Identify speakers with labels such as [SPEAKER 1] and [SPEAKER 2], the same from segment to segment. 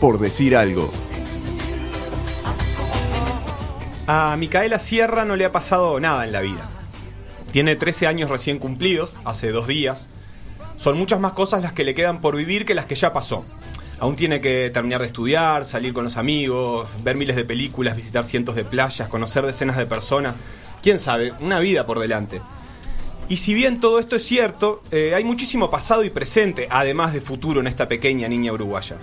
[SPEAKER 1] por decir algo.
[SPEAKER 2] A Micaela Sierra no le ha pasado nada en la vida. Tiene 13 años recién cumplidos, hace dos días. Son muchas más cosas las que le quedan por vivir que las que ya pasó. Aún tiene que terminar de estudiar, salir con los amigos, ver miles de películas, visitar cientos de playas, conocer decenas de personas. Quién sabe, una vida por delante. Y si bien todo esto es cierto, eh, hay muchísimo pasado y presente, además de futuro en esta pequeña niña uruguaya.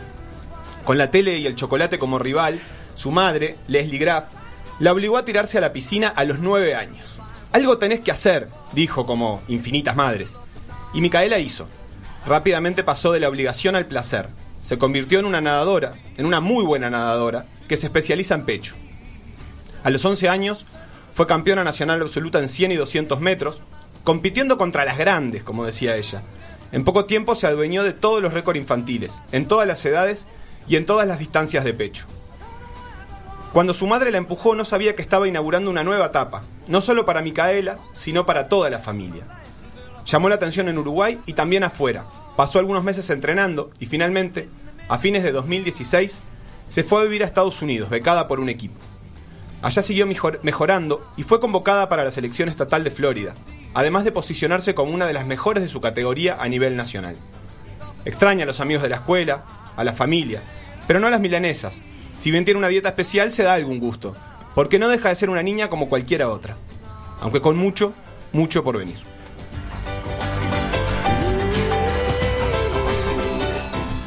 [SPEAKER 2] Con la tele y el chocolate como rival, su madre, Leslie Graff, la obligó a tirarse a la piscina a los nueve años. Algo tenés que hacer, dijo como infinitas madres. Y Micaela hizo. Rápidamente pasó de la obligación al placer. Se convirtió en una nadadora, en una muy buena nadadora, que se especializa en pecho. A los 11 años fue campeona nacional absoluta en 100 y 200 metros, compitiendo contra las grandes, como decía ella. En poco tiempo se adueñó de todos los récords infantiles, en todas las edades y en todas las distancias de pecho. Cuando su madre la empujó no sabía que estaba inaugurando una nueva etapa, no solo para Micaela, sino para toda la familia. Llamó la atención en Uruguay y también afuera. Pasó algunos meses entrenando y finalmente, a fines de 2016, se fue a vivir a Estados Unidos, becada por un equipo. Allá siguió mejor- mejorando y fue convocada para la selección estatal de Florida, además de posicionarse como una de las mejores de su categoría a nivel nacional. Extraña a los amigos de la escuela, a la familia, pero no a las milanesas. Si bien tiene una dieta especial, se da algún gusto, porque no deja de ser una niña como cualquiera otra, aunque con mucho, mucho por venir.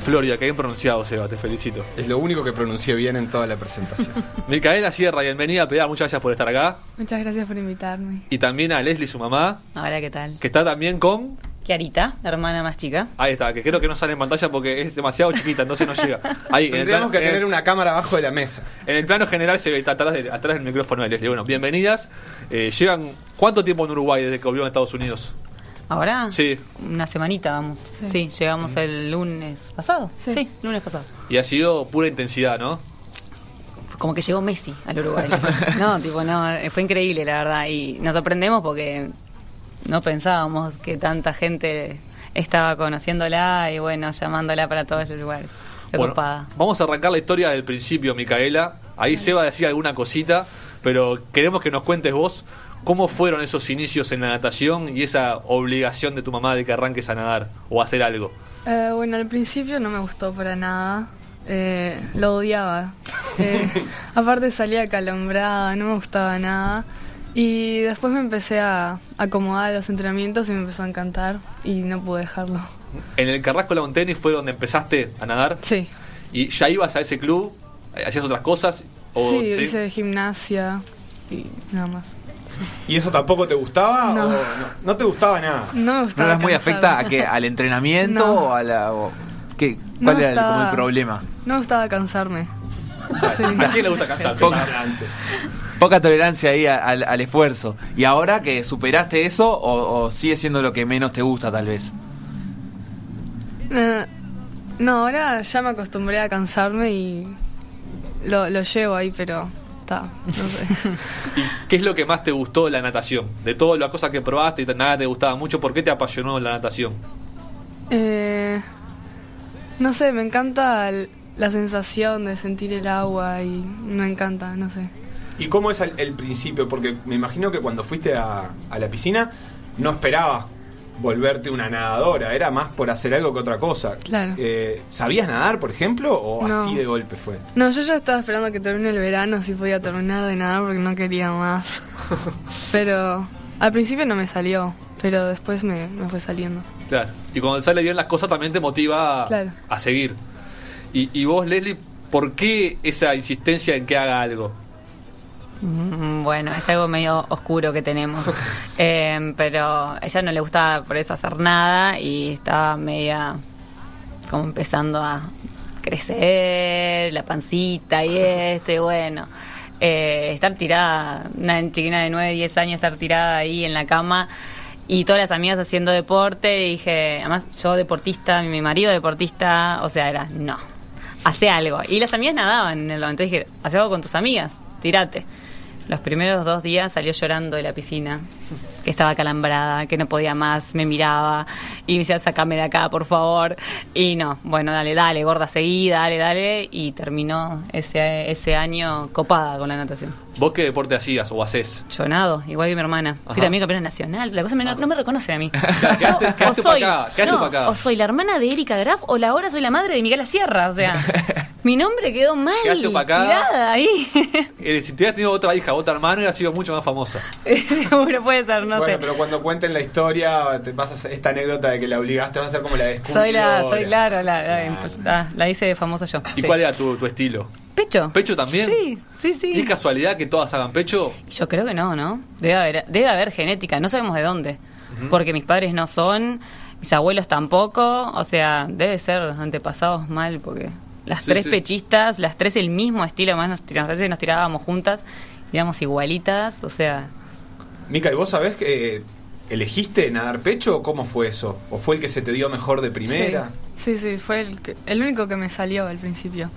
[SPEAKER 3] Floria, que bien pronunciado, Seba, te felicito.
[SPEAKER 2] Es lo único que pronuncié bien en toda la presentación.
[SPEAKER 3] Micaela Sierra, bienvenida, Pedá, muchas gracias por estar acá.
[SPEAKER 4] Muchas gracias por invitarme.
[SPEAKER 3] Y también a Leslie, su mamá,
[SPEAKER 5] Hola, ¿qué tal?
[SPEAKER 3] que está también con.
[SPEAKER 5] Clarita, la hermana más chica.
[SPEAKER 3] Ahí está, que creo que no sale en pantalla porque es demasiado chiquita, entonces no llega. Ahí, en el,
[SPEAKER 2] Tendríamos
[SPEAKER 3] plan-
[SPEAKER 2] que
[SPEAKER 3] en-
[SPEAKER 2] tener una cámara abajo de la mesa.
[SPEAKER 3] en el plano general se ve está atrás, de- atrás del micrófono de Leslie. Bueno, bienvenidas. Eh, ¿Llevan cuánto tiempo en Uruguay desde que volvieron a Estados Unidos?
[SPEAKER 5] ¿Ahora?
[SPEAKER 3] Sí.
[SPEAKER 5] Una semanita, vamos.
[SPEAKER 4] Sí.
[SPEAKER 5] Sí, llegamos el lunes pasado.
[SPEAKER 4] Sí.
[SPEAKER 5] Sí. lunes pasado.
[SPEAKER 3] Y ha sido pura intensidad, ¿no?
[SPEAKER 5] Fue Como que llegó Messi al Uruguay. no, tipo, no, eh, fue increíble, la verdad. Y nos sorprendemos porque no pensábamos que tanta gente estaba conociéndola y, bueno, llamándola para todos los lugares. Qué
[SPEAKER 3] Bueno,
[SPEAKER 5] copada.
[SPEAKER 3] vamos a arrancar la historia del principio, Micaela. Ahí Seba decía alguna cosita, pero queremos que nos cuentes vos cómo fueron esos inicios en la natación y esa obligación de tu mamá de que arranques a nadar o a hacer algo.
[SPEAKER 4] Eh, bueno, al principio no me gustó para nada. Eh, lo odiaba. Eh, aparte salía calombrada, no me gustaba nada. Y después me empecé a acomodar a los entrenamientos y me empezó a encantar y no pude dejarlo.
[SPEAKER 3] En el Carrasco La Monteni fue donde empezaste a nadar
[SPEAKER 4] Sí,
[SPEAKER 3] y ya ibas a ese club, eh, hacías otras cosas. O
[SPEAKER 4] sí,
[SPEAKER 3] te-
[SPEAKER 4] hice gimnasia y nada más.
[SPEAKER 2] ¿Y eso tampoco te gustaba?
[SPEAKER 4] No.
[SPEAKER 2] o no, No te gustaba nada.
[SPEAKER 4] No me
[SPEAKER 6] Ah, oh. ¿No
[SPEAKER 4] gustaba.
[SPEAKER 6] eras muy
[SPEAKER 4] cansar.
[SPEAKER 6] afecta a qué? ¿Al entrenamiento
[SPEAKER 4] No.
[SPEAKER 6] o a la.? o- qué?
[SPEAKER 4] No
[SPEAKER 6] ¿Cuál era el-
[SPEAKER 4] estaba-
[SPEAKER 6] como el problema?
[SPEAKER 4] No me gustaba cansarme. Sí.
[SPEAKER 3] ¿A quién le gusta cansarse?
[SPEAKER 6] Poca, poca tolerancia ahí a- al, al esfuerzo. ¿Y ahora que superaste eso o, o sigue siendo lo que menos te gusta tal vez?
[SPEAKER 4] Eh, no, ahora ya me acostumbré a cansarme y lo, lo llevo ahí, pero está, no sé.
[SPEAKER 3] ¿Y qué es lo que más te gustó de la natación? De todas las cosas que probaste y nada te gustaba mucho, ¿por qué te apasionó la natación?
[SPEAKER 4] Eh, no sé, me encanta el- la sensación de sentir el agua y me encanta, no sé.
[SPEAKER 2] ¿Y cómo es el, el principio? Porque me imagino que cuando fuiste a, a la piscina no esperabas volverte una nadadora, era más por hacer algo que otra cosa.
[SPEAKER 4] Claro.
[SPEAKER 2] Eh, ¿Sabías nadar, por ejemplo, o
[SPEAKER 4] No.
[SPEAKER 2] así de golpe fue?
[SPEAKER 4] No, yo ya estaba esperando que termine el verano, si podía terminar de nadar porque no quería más. Pero al principio no me salió, pero después me, me fue saliendo.
[SPEAKER 3] Claro. Y cuando sale bien las cosas también te motiva a-
[SPEAKER 4] Claro.
[SPEAKER 3] a seguir. Y, y vos, Leslie, ¿por qué esa insistencia en que haga algo?
[SPEAKER 5] Mm, Bueno, es algo medio oscuro que tenemos. Eh, pero a ella no le gustaba por eso hacer nada y estaba media como empezando a crecer, la pancita y esto, y bueno. eh, estar tirada, una chiquina de 9, 10 años, estar tirada ahí en la cama y todas las amigas haciendo deporte. Y dije, además yo deportista, mi marido deportista, o sea, era no, hace algo. Y las amigas nadaban en el momento. Dije, hace algo con tus amigas, tirate. Los primeros dos días salió llorando de la piscina, que estaba calambrada, que no podía más, me miraba y me decía, sacame de acá, por favor. Y no, bueno, dale, dale, gorda, seguí, dale, dale. Y terminó ese, ese año copada con la natación.
[SPEAKER 3] ¿Vos qué deporte hacías o haces?
[SPEAKER 5] Yo nado, igual que mi hermana. Fui
[SPEAKER 3] Ajá.
[SPEAKER 5] también campeona nacional. La cosa es que no, no me reconocen a mí.
[SPEAKER 3] Quedaste-
[SPEAKER 5] Yo,
[SPEAKER 3] quedaste pa' acá, quedaste
[SPEAKER 5] no,
[SPEAKER 3] pa' acá.
[SPEAKER 5] o soy la hermana de Erika Graf o la ahora soy la madre de Miguel Sierra. O sea, mi nombre quedó mal.
[SPEAKER 3] Quedaste pa' acá.
[SPEAKER 5] tirada ahí.
[SPEAKER 3] Eh, si tuvieras tenido otra hija, otra hermana, hubiera sido mucho más famosa.
[SPEAKER 5] Seguro puede ser, no
[SPEAKER 2] bueno,
[SPEAKER 5] sé.
[SPEAKER 2] pero cuando cuenten la historia, te vas a hacer esta anécdota de que la obligaste, vas a ser como la descubridora.
[SPEAKER 5] Soy la, soy claro, la, la, ah, la hice famosa yo.
[SPEAKER 3] ¿Y
[SPEAKER 5] sí.
[SPEAKER 3] cuál era tu, tu estilo?
[SPEAKER 5] Pecho.
[SPEAKER 3] ¿Pecho también?
[SPEAKER 5] Sí, sí,
[SPEAKER 3] ¿Y
[SPEAKER 5] sí.
[SPEAKER 3] es casualidad que todas hagan pecho?
[SPEAKER 5] Yo creo que no, ¿no? Debe haber, debe haber genética, no sabemos de dónde. Porque mis padres no son, mis abuelos tampoco, o sea, debe ser antepasados mal, porque las
[SPEAKER 3] Sí,
[SPEAKER 5] tres
[SPEAKER 3] sí.
[SPEAKER 5] pechistas, las tres el mismo estilo, más nos, tir- a veces nos tirábamos juntas, éramos igualitas, o sea,
[SPEAKER 2] Mica, ¿y vos sabés que eh, elegiste nadar pecho o cómo fue eso? ¿O fue el que se te dio mejor de primera?
[SPEAKER 4] Sí, sí, sí, fue el, que- el único que me salió al principio.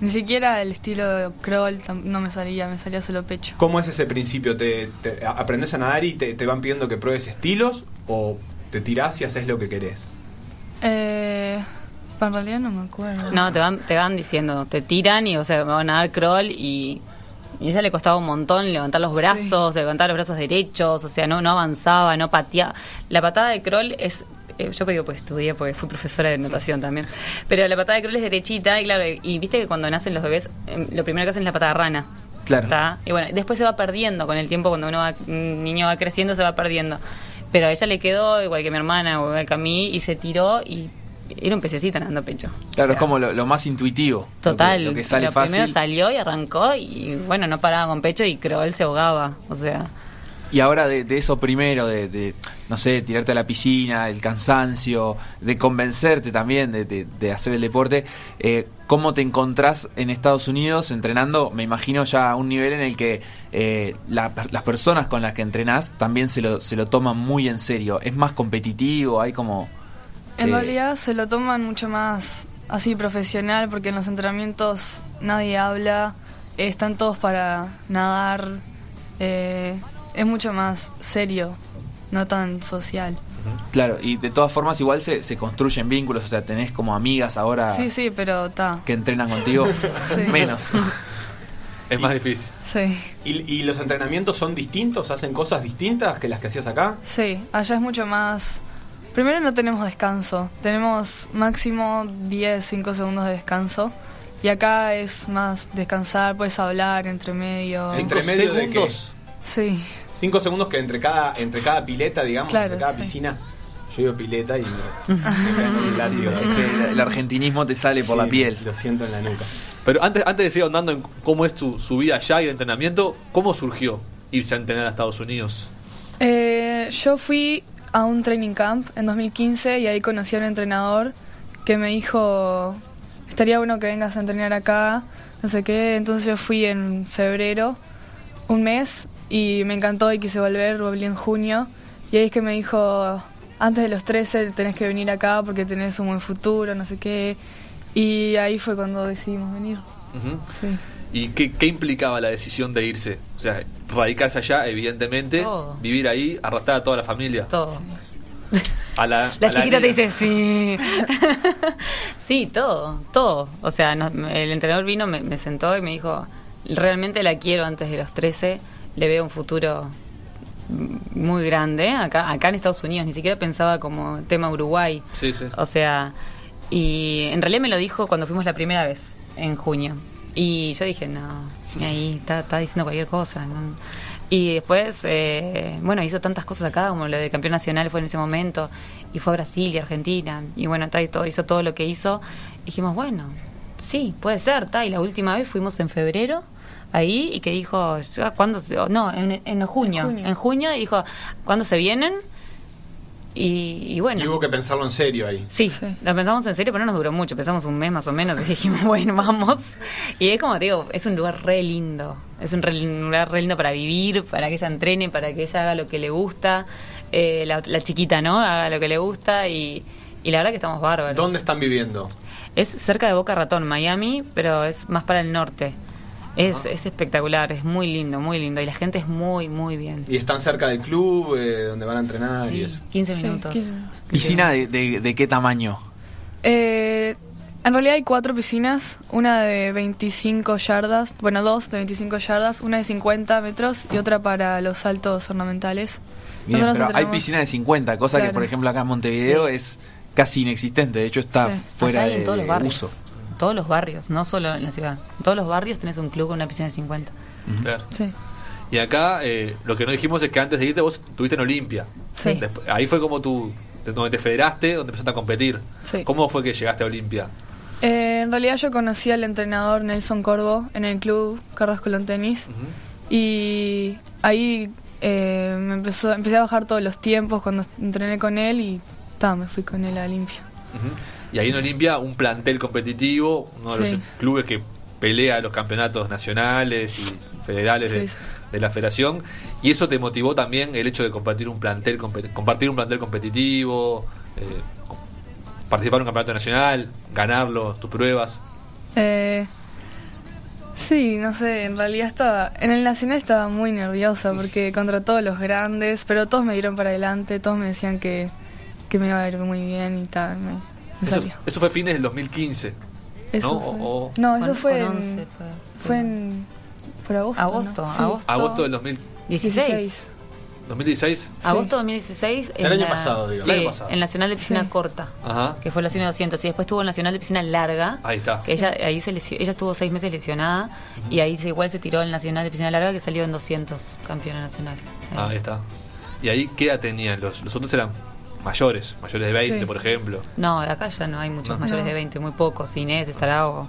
[SPEAKER 4] Ni siquiera el estilo de crawl tam- no me salía, me salía solo pecho.
[SPEAKER 2] ¿Cómo es ese principio? ¿Te, te- a- aprendes a nadar y te, te van pidiendo que pruebes estilos o te tirás y haces lo que querés?
[SPEAKER 4] Eh, en realidad no me acuerdo.
[SPEAKER 5] no, te van, te van diciendo, te tiran y, o sea, me van a dar crawl y... Y a ella le costaba un montón levantar los brazos, levantar los brazos derechos, o sea, no, no avanzaba, no pateaba. La patada de Kroll es, eh, yo digo pues estudié porque fui profesora de natación también, pero la patada de Kroll es derechita y claro, y, y viste que cuando nacen los bebés, em, lo primero que hacen es la patada rana.
[SPEAKER 6] Claro.
[SPEAKER 5] ¿Está? Y bueno, después se va perdiendo con el tiempo, cuando uno va- un niño va creciendo, se va perdiendo. Pero a ella le quedó, igual que mi hermana, o igual que a mí, y se tiró y era un pececito andando pecho.
[SPEAKER 6] Claro, es como lo, lo más intuitivo. lo que-
[SPEAKER 5] Total,
[SPEAKER 6] Lo que, sale
[SPEAKER 5] lo
[SPEAKER 6] fácil.
[SPEAKER 5] primero salió y arrancó y bueno, no paraba con pecho y creo él se ahogaba, o sea,
[SPEAKER 6] Y ahora de, de eso primero, de, de, no sé, tirarte a la piscina, el cansancio, de convencerte también de, de- de hacer el deporte, eh, ¿cómo te encontrás en Estados Unidos entrenando? Me imagino ya a un nivel en el que eh, la- las personas con las que entrenás también se lo, se lo toman muy en serio. Es más competitivo, hay como...
[SPEAKER 4] En
[SPEAKER 6] eh,
[SPEAKER 4] realidad se lo toman mucho más así profesional porque en los entrenamientos nadie habla, eh, están todos para nadar, eh, es mucho más serio, no tan social.
[SPEAKER 6] Claro, y de todas formas igual se, se construyen vínculos, o sea, tenés como amigas ahora
[SPEAKER 4] Sí, sí, pero está.
[SPEAKER 6] que entrenan contigo,
[SPEAKER 4] Sí.
[SPEAKER 6] menos.
[SPEAKER 3] Es más difícil.
[SPEAKER 4] Sí,
[SPEAKER 2] ¿Y, y los entrenamientos son distintos? ¿Hacen cosas distintas que las que hacías acá?
[SPEAKER 4] sí, allá es mucho más... Primero no tenemos descanso, tenemos máximo 10, 5 segundos de descanso. Y acá es más descansar, puedes hablar entre medio.
[SPEAKER 2] Sí.
[SPEAKER 3] Cinco
[SPEAKER 2] Entre medio de
[SPEAKER 3] segundos.
[SPEAKER 4] Sí.
[SPEAKER 2] Cinco segundos que entre cada, entre cada pileta, digamos,
[SPEAKER 4] Claro,
[SPEAKER 2] entre cada
[SPEAKER 4] sí.
[SPEAKER 2] piscina. Yo digo pileta y me, me cae el látigo.
[SPEAKER 6] el, el argentinismo te sale por
[SPEAKER 2] Sí,
[SPEAKER 6] la piel.
[SPEAKER 2] Lo siento en la nuca.
[SPEAKER 3] Pero antes, antes de seguir andando en cómo es tu, su vida allá y el entrenamiento, ¿cómo surgió irse a entrenar a Estados Unidos?
[SPEAKER 4] Eh, yo fui a un training camp en 2015 y ahí conocí a un entrenador que me dijo, estaría bueno que vengas a entrenar acá, no sé qué. Entonces yo fui en febrero, un mes, y me encantó y quise volver, volví en junio. Y ahí es que me dijo, antes de los 13 tenés que venir acá porque tenés un buen futuro, no sé qué. Y ahí fue cuando decidimos venir.
[SPEAKER 3] Ujú.
[SPEAKER 4] Sí.
[SPEAKER 3] ¿Y qué, qué implicaba la decisión de irse? O sea, radicarse allá, evidentemente,
[SPEAKER 5] Todo.
[SPEAKER 3] vivir ahí, arrastrar a toda la familia.
[SPEAKER 5] todo.
[SPEAKER 3] A la,
[SPEAKER 5] La
[SPEAKER 3] a
[SPEAKER 5] chiquita te
[SPEAKER 3] nena.
[SPEAKER 5] dice, sí. sí, todo, todo. O sea, nos- el entrenador vino, me, me sentó y me dijo, realmente la quiero antes de los 13, le veo un futuro muy grande acá, acá en Estados Unidos, ni siquiera pensaba como tema Uruguay.
[SPEAKER 3] Sí, sí.
[SPEAKER 5] O sea, y en realidad me lo dijo cuando fuimos la primera vez, en junio. Y yo dije, no, ahí está, está diciendo cualquier cosa. ¿no? Y después, eh, bueno, hizo tantas cosas acá, como lo de campeón nacional fue en ese momento, y fue a Brasil y Argentina, y bueno, está, y todo, hizo todo lo que hizo. Y dijimos, bueno, sí, puede ser, está. Y la última vez fuimos en febrero. Ahí y que dijo, ya, ¿cuándo? se- No, en, en junio.
[SPEAKER 4] junio.
[SPEAKER 5] En junio y dijo, ¿cuándo se vienen? Y, y bueno.
[SPEAKER 2] Y hubo que pensarlo en serio ahí.
[SPEAKER 5] Sí,
[SPEAKER 4] Sí.
[SPEAKER 5] lo pensamos en serio, pero no nos duró mucho. Pensamos un mes más o menos y dijimos, bueno, vamos. Y es como te digo, es un lugar re lindo. Es un, re- un lugar re lindo para vivir, para que ella entrene, para que ella haga lo que le gusta. Eh, la, la chiquita, ¿no? Haga lo que le gusta y, y la verdad que estamos bárbaros.
[SPEAKER 2] ¿Dónde están viviendo?
[SPEAKER 5] Es cerca de Boca Ratón, Miami, pero es más para el norte. Es, es espectacular, es muy lindo, muy lindo. Y la gente es muy, muy bien.
[SPEAKER 2] Y están cerca del club, eh, donde van a entrenar y
[SPEAKER 5] Sí,
[SPEAKER 2] eso.
[SPEAKER 5] 15
[SPEAKER 4] Sí,
[SPEAKER 5] minutos.
[SPEAKER 4] 15.
[SPEAKER 6] ¿Piscina de, de- de qué tamaño?
[SPEAKER 4] Eh, en realidad hay cuatro piscinas, una de 25 yardas, bueno, dos de 25 yardas, una de 50 metros y otra para los saltos ornamentales.
[SPEAKER 6] Bien,
[SPEAKER 4] Nosotros
[SPEAKER 6] pero hay
[SPEAKER 4] entrenamos-
[SPEAKER 6] piscina de 50, cosa que
[SPEAKER 4] Claro.
[SPEAKER 6] por ejemplo acá en Montevideo
[SPEAKER 4] Sí.
[SPEAKER 6] es casi inexistente, de hecho está
[SPEAKER 4] Sí.
[SPEAKER 6] fuera
[SPEAKER 5] Allá hay
[SPEAKER 6] de
[SPEAKER 5] en todos los barrios.
[SPEAKER 6] uso.
[SPEAKER 5] En Todos los barrios, no solo en la ciudad. En todos los barrios tenés un club con una piscina de 50.
[SPEAKER 3] Claro.
[SPEAKER 4] Sí.
[SPEAKER 3] Y acá eh, lo que no dijimos es que antes de irte vos estuviste en Olimpia.
[SPEAKER 4] Sí.
[SPEAKER 3] Después- ahí fue como tú, de donde te federaste, donde empezaste a competir.
[SPEAKER 4] Sí.
[SPEAKER 3] ¿Cómo fue que llegaste a Olimpia?
[SPEAKER 4] Eh, en realidad yo conocí al entrenador Nelson Corvo en el club Carlos Colón Tenis y ahí eh, me empezó, empecé a bajar todos los tiempos cuando entrené con él y ta, me fui con él a limpia.
[SPEAKER 3] Ujú. Y ahí en Olimpia, un plantel competitivo, uno de
[SPEAKER 4] Sí.
[SPEAKER 3] los clubes que pelea los campeonatos nacionales y federales de,
[SPEAKER 4] Sí.
[SPEAKER 3] de la federación. Y eso te motivó también el hecho de compartir un plantel, compe- compartir un plantel competitivo, eh, com- participar en un campeonato nacional, ganarlo, tus pruebas.
[SPEAKER 4] Eh, sí, no sé, en realidad estaba. En el Nacional estaba muy nerviosa porque contra todos los grandes, pero todos me dieron para adelante, todos me decían que, que me iba a ir muy bien y tal. Me, me
[SPEAKER 3] Eso,
[SPEAKER 4] salió.
[SPEAKER 3] eso fue fines del 2015.
[SPEAKER 4] Eso
[SPEAKER 3] ¿no?
[SPEAKER 4] fue-
[SPEAKER 3] O- o-
[SPEAKER 4] no,
[SPEAKER 5] Con-
[SPEAKER 4] eso fue,
[SPEAKER 5] con
[SPEAKER 4] en,
[SPEAKER 5] 11 fue.
[SPEAKER 4] fue en. Por agosto. ¿no?
[SPEAKER 5] Agosto,
[SPEAKER 4] Sí,
[SPEAKER 5] agosto.
[SPEAKER 3] Agosto del 2000
[SPEAKER 5] 16.
[SPEAKER 4] 16.
[SPEAKER 3] 2016.
[SPEAKER 5] Agosto 2016. en
[SPEAKER 2] El año
[SPEAKER 5] la-
[SPEAKER 2] pasado, digo.
[SPEAKER 5] sí,
[SPEAKER 3] El año pasado.
[SPEAKER 5] en Nacional de Piscina
[SPEAKER 4] Sí.
[SPEAKER 5] Corta,
[SPEAKER 3] Ajá.
[SPEAKER 5] que fue la Nacional 200. Y después tuvo el Nacional de Piscina Larga.
[SPEAKER 3] Ahí está.
[SPEAKER 5] Que ella, ahí se lesio- ella estuvo seis meses lesionada y ahí se- igual se tiró al Nacional de Piscina Larga que salió en 200, campeona nacional.
[SPEAKER 3] Ah, Ahí está. ¿Y ahí qué edad tenían? Los, los otros eran mayores, mayores de 20,
[SPEAKER 4] Sí.
[SPEAKER 3] por ejemplo.
[SPEAKER 5] No, acá ya no hay muchos
[SPEAKER 3] No.
[SPEAKER 5] mayores
[SPEAKER 4] No.
[SPEAKER 5] de 20, muy pocos. Inés estará o,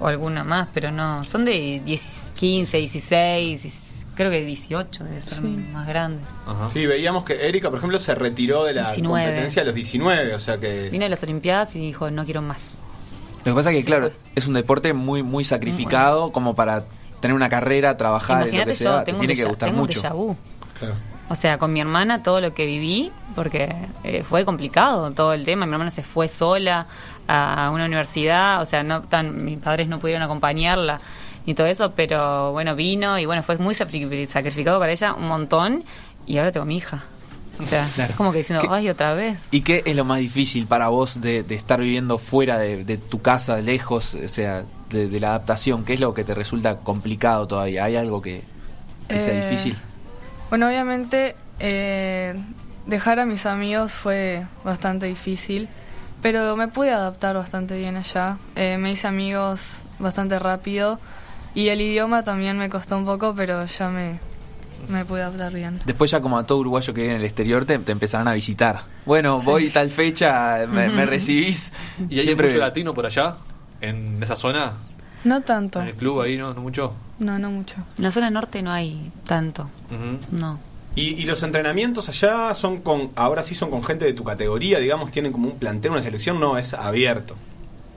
[SPEAKER 5] o alguna más, pero no. Son de 10, 15, 16, 10, creo que 18 debe ser
[SPEAKER 4] Sí.
[SPEAKER 5] más grande.
[SPEAKER 3] Ajá.
[SPEAKER 2] Sí, veíamos que Erika, por ejemplo, se retiró de la
[SPEAKER 5] 19.
[SPEAKER 2] competencia a los 19, o sea que...
[SPEAKER 5] Vino a las Olimpiadas y dijo, no quiero más.
[SPEAKER 6] Lo que pasa es que, claro, es un deporte muy, muy sacrificado como para tener una carrera, trabajar, en lo
[SPEAKER 5] Mm. Imagínate
[SPEAKER 6] que
[SPEAKER 5] yo,
[SPEAKER 6] sea, te
[SPEAKER 5] tengo,
[SPEAKER 6] tiene
[SPEAKER 5] un
[SPEAKER 6] que
[SPEAKER 5] déjà-
[SPEAKER 6] gustar
[SPEAKER 5] tengo un
[SPEAKER 6] mucho.
[SPEAKER 5] déjà vu.
[SPEAKER 2] Claro.
[SPEAKER 5] O sea, con mi hermana todo lo que viví, porque eh, fue complicado todo el tema. Mi hermana se fue sola a una universidad, o sea, no tan, mis padres no pudieron acompañarla ni todo eso, pero bueno, vino y bueno, fue muy sacri- sacrificado para ella un montón y ahora tengo mi hija. O sea,
[SPEAKER 6] Claro.
[SPEAKER 5] es como que diciendo,
[SPEAKER 6] ¿Qué-
[SPEAKER 5] ay, otra vez.
[SPEAKER 6] ¿Y qué es lo más difícil para vos de, de estar viviendo fuera de, de tu casa, de lejos, o sea, de, de la adaptación? ¿Qué es lo que te resulta complicado todavía? ¿Hay algo que, que sea
[SPEAKER 4] Eh,
[SPEAKER 6] difícil?
[SPEAKER 4] Bueno, obviamente eh, dejar a mis amigos fue bastante difícil, pero me pude adaptar bastante bien allá. Eh, me hice amigos bastante rápido y el idioma también me costó un poco, pero ya me, me pude adaptar bien.
[SPEAKER 6] Después ya como a todo uruguayo que vive en el exterior te, te empezarán a visitar. Bueno, voy tal fecha, me, me recibís.
[SPEAKER 3] ¿Y hay
[SPEAKER 6] Siempre-
[SPEAKER 3] mucho latino por allá? ¿En esa zona?
[SPEAKER 4] No tanto,
[SPEAKER 3] ¿En el club ahí? ¿No, ¿No mucho?
[SPEAKER 4] no, no mucho.
[SPEAKER 5] En la zona norte no hay tanto,
[SPEAKER 3] Ujú.
[SPEAKER 5] no.
[SPEAKER 2] Y, y los entrenamientos allá son con, ahora sí son con gente de tu categoría, digamos, tienen como un plantel, una selección, no, es abierto.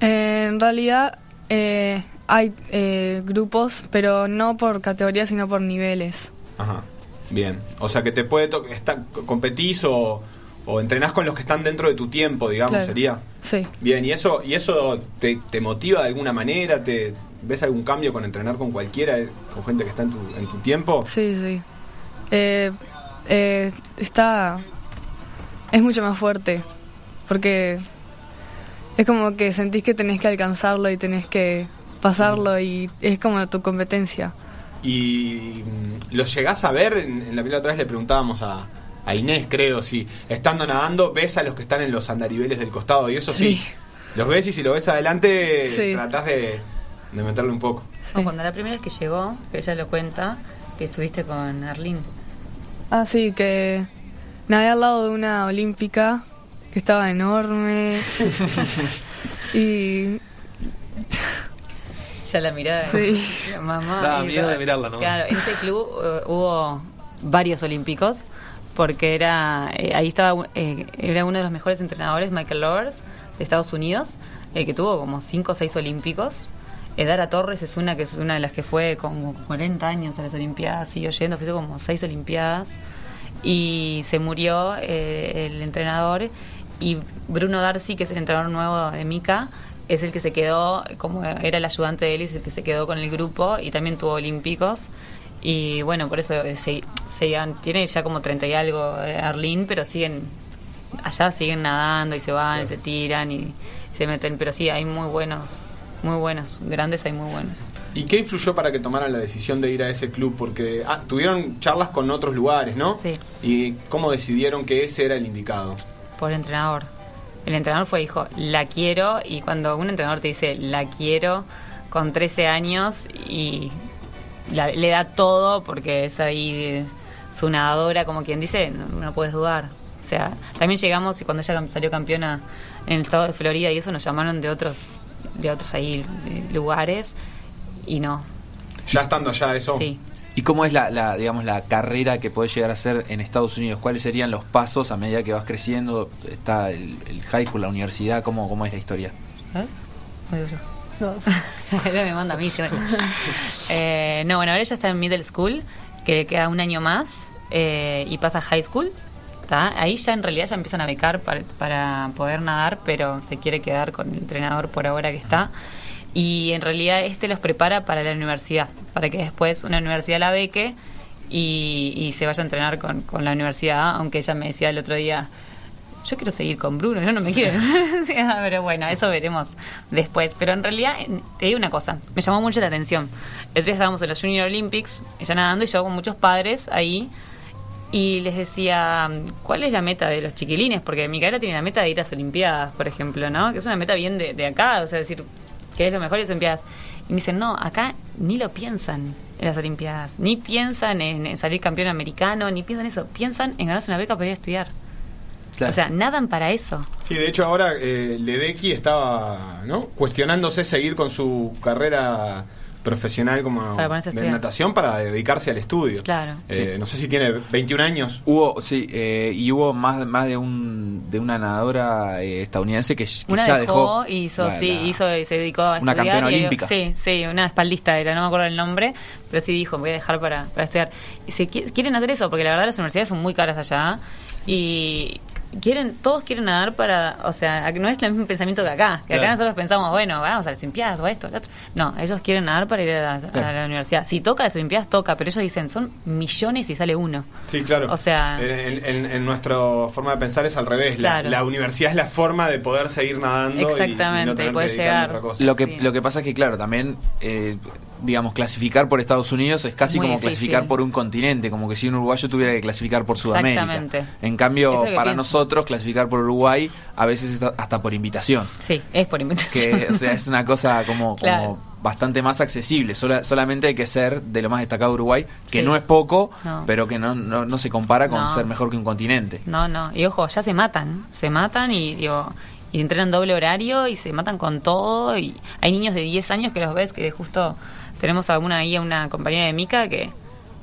[SPEAKER 4] Eh, en realidad eh, hay eh, grupos, pero no por categoría, sino por niveles.
[SPEAKER 2] Ajá. Bien. O sea que te puede to- está- competís o, o entrenás con los que están dentro de tu tiempo, digamos,
[SPEAKER 4] Claro.
[SPEAKER 2] sería.
[SPEAKER 4] Sí.
[SPEAKER 2] Bien, y eso, y eso te, te motiva de alguna manera, te ves algún cambio con entrenar con cualquiera, eh, con gente que está en tu, en tu tiempo.
[SPEAKER 4] Sí, sí. Eh, eh, está. Es mucho más fuerte. Porque es como que sentís que tenés que alcanzarlo y tenés que pasarlo y es como tu competencia.
[SPEAKER 2] Y mm, lo llegás a ver, en, en la primera otra vez le preguntábamos a, a Inés, creo, si estando nadando ves a los que están en los andariveles del costado, y eso sí,
[SPEAKER 4] Sí.
[SPEAKER 2] los ves y si lo ves adelante
[SPEAKER 4] Sí.
[SPEAKER 2] tratás de, de meterle un poco.
[SPEAKER 5] No, cuando la primera vez que llegó, que ella lo cuenta, que estuviste con Arlene.
[SPEAKER 4] Ah, sí, que nadé al lado de una olímpica que estaba enorme. y
[SPEAKER 5] Ya la mirada.
[SPEAKER 4] Sí.
[SPEAKER 5] La mamá.
[SPEAKER 3] Daba
[SPEAKER 5] y
[SPEAKER 3] miedo
[SPEAKER 5] todo.
[SPEAKER 3] de mirarla, ¿no?
[SPEAKER 5] Claro, en este club eh, hubo varios olímpicos porque era eh, ahí estaba un- eh, era uno de los mejores entrenadores, Michael Lovers, de Estados Unidos, eh, que tuvo como cinco o seis olímpicos. Eh, Dara Torres es una que es una de las que fue como 40 años a las Olimpiadas, siguió yendo, hizo como seis Olimpiadas y se murió eh, el entrenador y Bruno Darcy, que es el entrenador nuevo de Mica, es el que se quedó, como era el ayudante de él, es el que se quedó con el grupo y también tuvo olímpicos. Y bueno, por eso eh, se, seguían- tiene ya como 30 y algo eh, Arlín, pero siguen allá, siguen nadando y se van y se tiran y se meten. Pero sí, hay muy buenos, muy buenos, grandes hay muy buenos.
[SPEAKER 2] ¿Y qué influyó para que tomaran la decisión de ir a ese club? Porque ah, tuvieron charlas con otros lugares, ¿no?
[SPEAKER 5] Sí.
[SPEAKER 2] ¿Y cómo decidieron que ese era el indicado?
[SPEAKER 5] por entrenador. El entrenador fue dijo, la quiero, y cuando un entrenador te dice, la quiero, con 13 años, y la- le da todo, porque es ahí eh, su nadadora, como quien dice, no, no puedes dudar. O sea, también llegamos y cuando ella cam- salió campeona en el estado de Florida y eso nos llamaron de otros, de otros ahí eh, lugares, y no.
[SPEAKER 2] Ya estando allá eso.
[SPEAKER 5] Sí.
[SPEAKER 6] ¿Y cómo es la, la, digamos, la carrera que podés llegar a hacer en Estados Unidos? ¿Cuáles serían los pasos a medida que vas creciendo? ¿Está el, el high school, la universidad? ¿Cómo, cómo es la historia?
[SPEAKER 5] ¿Eh? ¿O digo yo? Ella me manda a mí. sí, bueno. Eh, no, bueno, ahora ella está en middle school, que le queda un año más, eh, y pasa a high school. ¿tá? Ahí ya en realidad ya empiezan a becar para, para poder nadar, pero se quiere quedar con el entrenador por ahora que está. Y en realidad este los prepara para la universidad, para que después una universidad la beque y, y se vaya a entrenar con, con la universidad, aunque ella me decía el otro día, yo quiero seguir con Bruno, yo no me quiero. O sea, pero bueno, eso veremos después. Pero en realidad, en- te digo una cosa, me llamó mucho la atención. El otro día estábamos en los Junior Olympics, ella nadando y yo con muchos padres ahí. Y les decía, ¿cuál es la meta de los chiquilines? Porque Micaela tiene la meta de ir a las Olimpiadas, por ejemplo, ¿no? Que es una meta bien de, de acá, o sea, decir, ¿qué es lo mejor de las Olimpiadas? Y me dicen, no, acá ni lo piensan en las Olimpiadas, ni piensan en, en salir campeón americano, ni piensan eso, piensan en ganarse una beca para ir a estudiar.
[SPEAKER 6] Claro.
[SPEAKER 5] O sea, nadan para eso.
[SPEAKER 2] Sí, de hecho ahora eh, Ledecky estaba ¿no? cuestionándose seguir con su carrera profesional como
[SPEAKER 5] Para ponerse a
[SPEAKER 2] de
[SPEAKER 5] estudiar.
[SPEAKER 2] natación para dedicarse al estudio.
[SPEAKER 5] Claro.
[SPEAKER 2] Eh,
[SPEAKER 6] Sí.
[SPEAKER 2] No sé si tiene 21 años.
[SPEAKER 6] Hubo, sí, eh, y hubo más, más de un de una nadadora eh, estadounidense que, que
[SPEAKER 5] Una
[SPEAKER 6] ya
[SPEAKER 5] dejó,
[SPEAKER 6] dejó.
[SPEAKER 5] hizo,
[SPEAKER 6] la-
[SPEAKER 5] sí,
[SPEAKER 6] la-
[SPEAKER 5] hizo y se dedicó a
[SPEAKER 6] Una
[SPEAKER 5] estudiar.
[SPEAKER 6] campeona
[SPEAKER 5] y-
[SPEAKER 6] olímpica.
[SPEAKER 5] Sí, sí, una espaldista era, no me acuerdo el nombre, pero sí dijo, voy a dejar para, para estudiar. Y se qui- quieren hacer eso, porque la verdad las universidades son muy caras allá y quieren todos quieren nadar para, o sea, no es el mismo pensamiento que acá, que
[SPEAKER 3] Claro.
[SPEAKER 5] acá nosotros pensamos, bueno, vamos a las Olimpiadas o esto, lo otro. No, ellos quieren nadar para ir a la, a
[SPEAKER 6] Claro.
[SPEAKER 5] la universidad. Si toca las Olimpiadas, toca, pero ellos dicen, son millones y sale uno.
[SPEAKER 2] Sí, claro.
[SPEAKER 5] O sea-
[SPEAKER 2] en, en- en- en nuestra forma de pensar es al revés. La-
[SPEAKER 5] Claro.
[SPEAKER 2] La, universidad es la forma de poder seguir nadando. y- Y,
[SPEAKER 5] Exactamente,
[SPEAKER 2] no tener
[SPEAKER 5] puedes
[SPEAKER 2] que dedicarme a
[SPEAKER 5] llegar.
[SPEAKER 2] otra cosa.
[SPEAKER 6] Lo que,
[SPEAKER 5] Sí.
[SPEAKER 6] lo que pasa es que, claro, también, eh, digamos, clasificar por Estados Unidos es casi
[SPEAKER 5] Muy
[SPEAKER 6] como
[SPEAKER 5] difícil.
[SPEAKER 6] clasificar por un continente, como que si un uruguayo tuviera que clasificar por Sudamérica.
[SPEAKER 5] Exactamente.
[SPEAKER 6] En cambio,
[SPEAKER 5] Eso es lo que
[SPEAKER 6] para
[SPEAKER 5] pienso.
[SPEAKER 6] nosotros, clasificar por Uruguay a veces está- hasta por invitación.
[SPEAKER 5] Sí, es por inventación.
[SPEAKER 6] Que, o sea, es una cosa como, como
[SPEAKER 5] Claro.
[SPEAKER 6] bastante más accesible. Sola- solamente hay que ser de lo más destacado de Uruguay, que
[SPEAKER 5] Sí.
[SPEAKER 6] no es poco,
[SPEAKER 5] No.
[SPEAKER 6] pero que no, no, no se compara con
[SPEAKER 5] No.
[SPEAKER 6] ser mejor que un continente.
[SPEAKER 5] No, no. Y ojo, ya se matan. Se matan y, digo, y entrenan doble horario y se matan con todo. Y hay niños de 10 años que los ves que justo tenemos a una ahí, a una compañera de Mica que,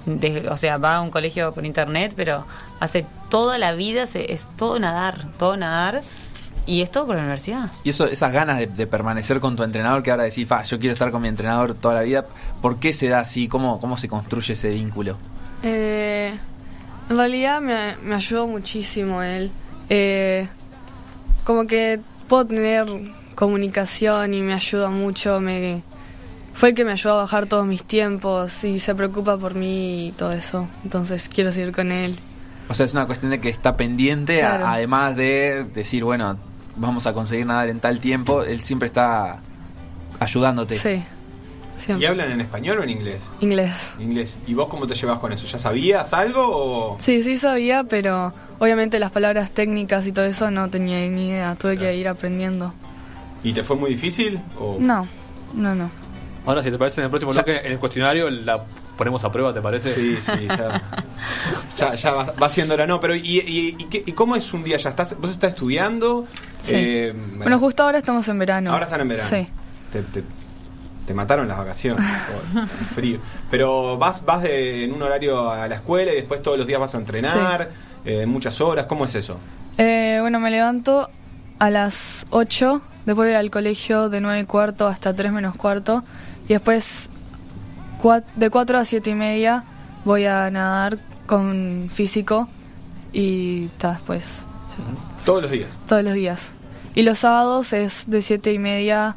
[SPEAKER 5] de- o sea, va a un colegio por internet, pero hace toda la vida, se, es todo nadar, todo nadar. Y es todo por la universidad.
[SPEAKER 6] Y eso, esas ganas de, de permanecer con tu entrenador que ahora decís, "Fa, yo quiero estar con mi entrenador toda la vida, ¿por qué se da así? ¿Cómo, cómo se construye ese vínculo?
[SPEAKER 4] Eh, en realidad me, me ayudó muchísimo él. Eh, como que puedo tener comunicación y me ayuda mucho. Me, fue el que me ayudó a bajar todos mis tiempos y se preocupa por mí y todo eso. Entonces quiero seguir con él.
[SPEAKER 6] O sea, es una cuestión de que está pendiente, a-
[SPEAKER 4] Claro.
[SPEAKER 6] además de decir, bueno, vamos a conseguir nadar en tal tiempo, él siempre está ayudándote.
[SPEAKER 4] Sí.
[SPEAKER 2] ¿Y
[SPEAKER 4] Siempre.
[SPEAKER 2] hablan en español o en inglés?
[SPEAKER 4] Inglés.
[SPEAKER 2] Inglés. ¿Y vos cómo te llevas con eso? ¿Ya sabías algo o...?
[SPEAKER 4] Sí, sí sabía, pero obviamente las palabras técnicas y todo eso no tenía ni idea. Tuve que ir aprendiendo.
[SPEAKER 2] ¿Y te fue muy difícil? O...
[SPEAKER 4] No, no, no.
[SPEAKER 3] Ahora, si te parece, en el próximo bloque, en el cuestionario, la ponemos a prueba, ¿te parece?
[SPEAKER 2] Sí, sí, ya. ya, ya va, va siendo hora. No, pero ¿y, y, y qué- y cómo es un día? ¿Ya estás, ¿Vos estás estudiando?
[SPEAKER 4] Sí.
[SPEAKER 2] Eh,
[SPEAKER 4] Bueno, justo ahora estamos en verano.
[SPEAKER 2] Ahora están en verano.
[SPEAKER 4] Sí.
[SPEAKER 2] Te, te- te mataron las vacaciones. oh, el frío. Pero vas, vas de- en un horario a la escuela y después todos los días vas a entrenar, eh, muchas horas. ¿Cómo es eso?
[SPEAKER 4] Eh, bueno, me levanto a las 8, después voy al colegio de 9 y cuarto hasta 3 menos cuarto, y después cua- de 4 a 7 y media voy a nadar con físico y está después, ya está,
[SPEAKER 2] Todos los días.
[SPEAKER 4] todos los días. Y los sábados es de 7 y media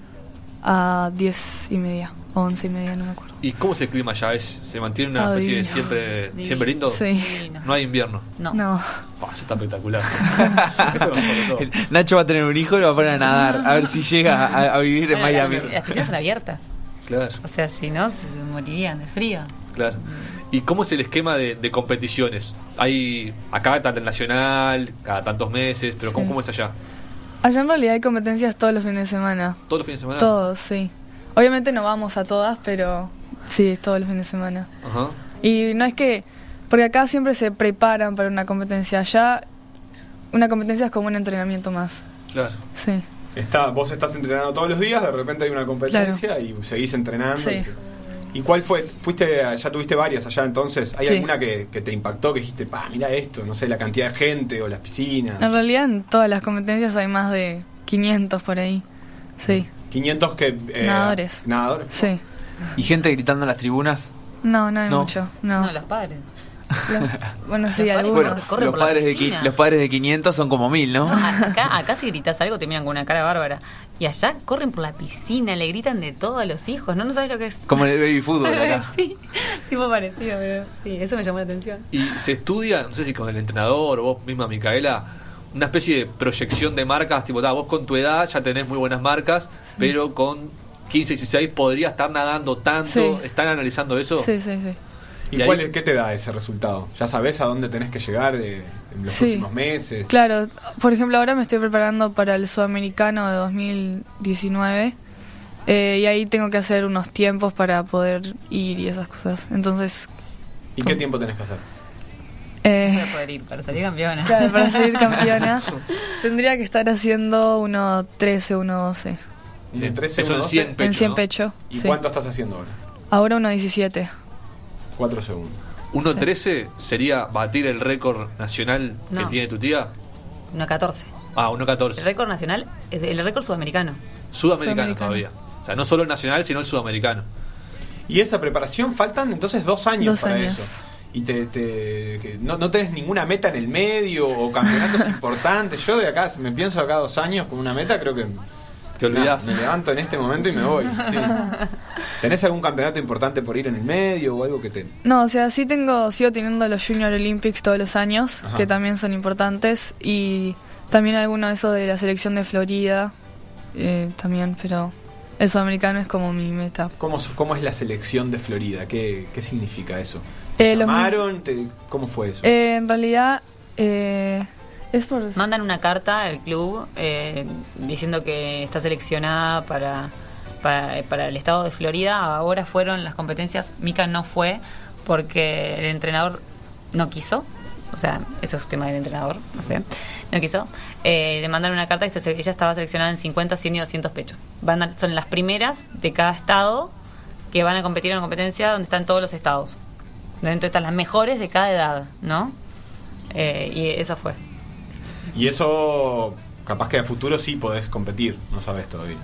[SPEAKER 4] a 10 y media, o 11 y media, no me acuerdo.
[SPEAKER 3] ¿Y cómo es el clima allá? ¿Es, ¿Se mantiene una especie de
[SPEAKER 4] Adivino.
[SPEAKER 3] siempre,
[SPEAKER 5] Divino.
[SPEAKER 3] Eh, siempre lindo?
[SPEAKER 4] Sí.
[SPEAKER 5] Divino.
[SPEAKER 3] No hay invierno.
[SPEAKER 5] No.
[SPEAKER 4] No.
[SPEAKER 3] Pah, eso está espectacular. Eso me encantó.
[SPEAKER 6] Nacho va a tener un hijo y lo va a poner a nadar. A ver si llega a, a vivir en
[SPEAKER 5] Ahora, las-
[SPEAKER 6] Miami.
[SPEAKER 5] Las piscinas son abiertas.
[SPEAKER 3] Claro,
[SPEAKER 5] O sea, si no, se morirían de frío.
[SPEAKER 3] claro. ¿Y cómo es el esquema de, de competiciones? Hay acá tanto el nacional, cada tantos meses, pero ¿cómo,
[SPEAKER 4] Sí.
[SPEAKER 3] cómo es allá?
[SPEAKER 4] Allá en realidad hay competencias todos los fines de semana.
[SPEAKER 3] ¿Todos los fines de semana?
[SPEAKER 4] Todos, sí. Obviamente no vamos a todas, pero sí, es todos los fines de semana.
[SPEAKER 3] Ajá.
[SPEAKER 4] Y no es que, porque acá siempre se preparan para una competencia, allá una competencia es como un entrenamiento más.
[SPEAKER 3] Claro.
[SPEAKER 4] Sí.
[SPEAKER 2] Está, vos estás entrenando todos los días, de repente hay una competencia y seguís entrenando.
[SPEAKER 4] Sí.
[SPEAKER 2] Y, se- ¿Y cuál fue? Fuiste, a- ya tuviste varias allá entonces. ¿Hay
[SPEAKER 4] Sí.
[SPEAKER 2] alguna que, que te impactó, que dijiste, pa, mira esto, no sé, la cantidad de gente o las piscinas?
[SPEAKER 4] En realidad en todas las competencias hay más de 500 por ahí. Sí,
[SPEAKER 2] 500 que... eh,
[SPEAKER 4] Nadadores.
[SPEAKER 2] Nadadores.
[SPEAKER 4] sí.
[SPEAKER 6] ¿Y gente gritando en las tribunas?
[SPEAKER 4] No, no hay
[SPEAKER 6] No.
[SPEAKER 4] mucho. No.
[SPEAKER 5] No, los padres.
[SPEAKER 4] Los- bueno, sí,
[SPEAKER 5] Los
[SPEAKER 4] algunos.
[SPEAKER 5] Bueno,
[SPEAKER 6] Bueno,
[SPEAKER 5] corren
[SPEAKER 6] los
[SPEAKER 5] por la
[SPEAKER 6] padres, de, qui-
[SPEAKER 5] piscina.
[SPEAKER 6] los padres de 500 son como 1000, ¿no?
[SPEAKER 5] No, acá, acá si gritas algo te miran con una cara bárbara. Y allá corren por la piscina, le gritan de todo a los hijos. No, no sabes lo que es.
[SPEAKER 6] Como en el baby fútbol acá.
[SPEAKER 5] sí, tipo parecido, pero sí, eso me llamó la atención.
[SPEAKER 3] Y se estudia, no sé si con el entrenador o vos misma, Micaela, una especie de proyección de marcas, tipo, "Ta, vos con tu edad ya tenés muy buenas marcas, pero con 15, 16 podría estar nadando tanto,
[SPEAKER 4] Sí.
[SPEAKER 3] están analizando eso.
[SPEAKER 4] Sí, sí, sí.
[SPEAKER 2] ¿Y,
[SPEAKER 3] Y ahí-
[SPEAKER 2] cuál es- qué te da ese resultado? ¿Ya sabés a dónde tenés que llegar eh, en los
[SPEAKER 4] Sí.
[SPEAKER 2] próximos meses?
[SPEAKER 4] Claro, por ejemplo, ahora me estoy preparando para el sudamericano de 2019 eh, y ahí tengo que hacer unos tiempos para poder ir y esas cosas. Entonces,
[SPEAKER 2] ¿Y qué tiempo tenés que hacer?
[SPEAKER 4] eh,
[SPEAKER 5] Para poder ir, para salir campeona.
[SPEAKER 4] claro, para salir campeona tendría que estar haciendo uno 13, uno 12
[SPEAKER 2] ¿De
[SPEAKER 3] Eh,
[SPEAKER 2] 13
[SPEAKER 3] eso en
[SPEAKER 2] 1,
[SPEAKER 3] 100
[SPEAKER 2] 12?
[SPEAKER 3] Pecho,
[SPEAKER 4] en 100
[SPEAKER 3] ¿no?
[SPEAKER 4] pecho.
[SPEAKER 2] ¿Y
[SPEAKER 4] sí.
[SPEAKER 2] cuánto estás haciendo ahora?
[SPEAKER 4] Ahora uno 17.
[SPEAKER 2] 4 segundos.
[SPEAKER 3] 1.13 sería batir el récord nacional que
[SPEAKER 5] No.
[SPEAKER 3] tiene tu tía.
[SPEAKER 5] No, 14.
[SPEAKER 3] Ah,
[SPEAKER 5] El
[SPEAKER 3] 1.14.
[SPEAKER 5] récord nacional, es el récord sudamericano.
[SPEAKER 3] Sudamericano,
[SPEAKER 4] Sudamericano.
[SPEAKER 3] todavía. O sea, no solo el nacional, sino el sudamericano.
[SPEAKER 2] Y esa preparación faltan entonces dos años
[SPEAKER 4] Dos
[SPEAKER 2] para
[SPEAKER 4] años.
[SPEAKER 2] eso. Y te, te- que no, no tenés ninguna meta en el medio o campeonatos importantes. Yo de acá, me pienso acá dos años con una meta, creo que.
[SPEAKER 3] Te olvidás.
[SPEAKER 2] Nah, me levanto en este momento y me voy. sí. ¿Tenés algún campeonato importante por ir en el medio o algo que te.?
[SPEAKER 4] No, o sea, sí tengo, sigo teniendo los Junior Olympics todos los años,
[SPEAKER 2] Ajá.
[SPEAKER 4] que también son importantes, y también alguno de esos de la selección de Florida, eh, también, pero el sudamericano es como mi meta.
[SPEAKER 2] ¿Cómo, so- cómo es la selección de Florida? ¿Qué, qué significa eso? ¿Te
[SPEAKER 4] Eh, los-
[SPEAKER 2] llamaron? ¿Te- ¿Cómo fue eso?
[SPEAKER 4] Eh, en realidad, eh, es por...
[SPEAKER 5] Mandan una carta al club eh, diciendo que está seleccionada para, para, para el estado de Florida. Ahora fueron las competencias. Mika no fue porque el entrenador no quiso. O sea, eso es tema del entrenador, no sé. No quiso. Eh, le mandaron una carta y se- ella estaba seleccionada en 50, 100 y 200 pechos. Van a- son las primeras de cada estado que van a competir en una competencia donde están todos los estados. Dentro están las mejores de cada edad, ¿no? Eh, y eso fue.
[SPEAKER 2] Y eso, capaz que a futuro sí podés competir, no sabes todavía.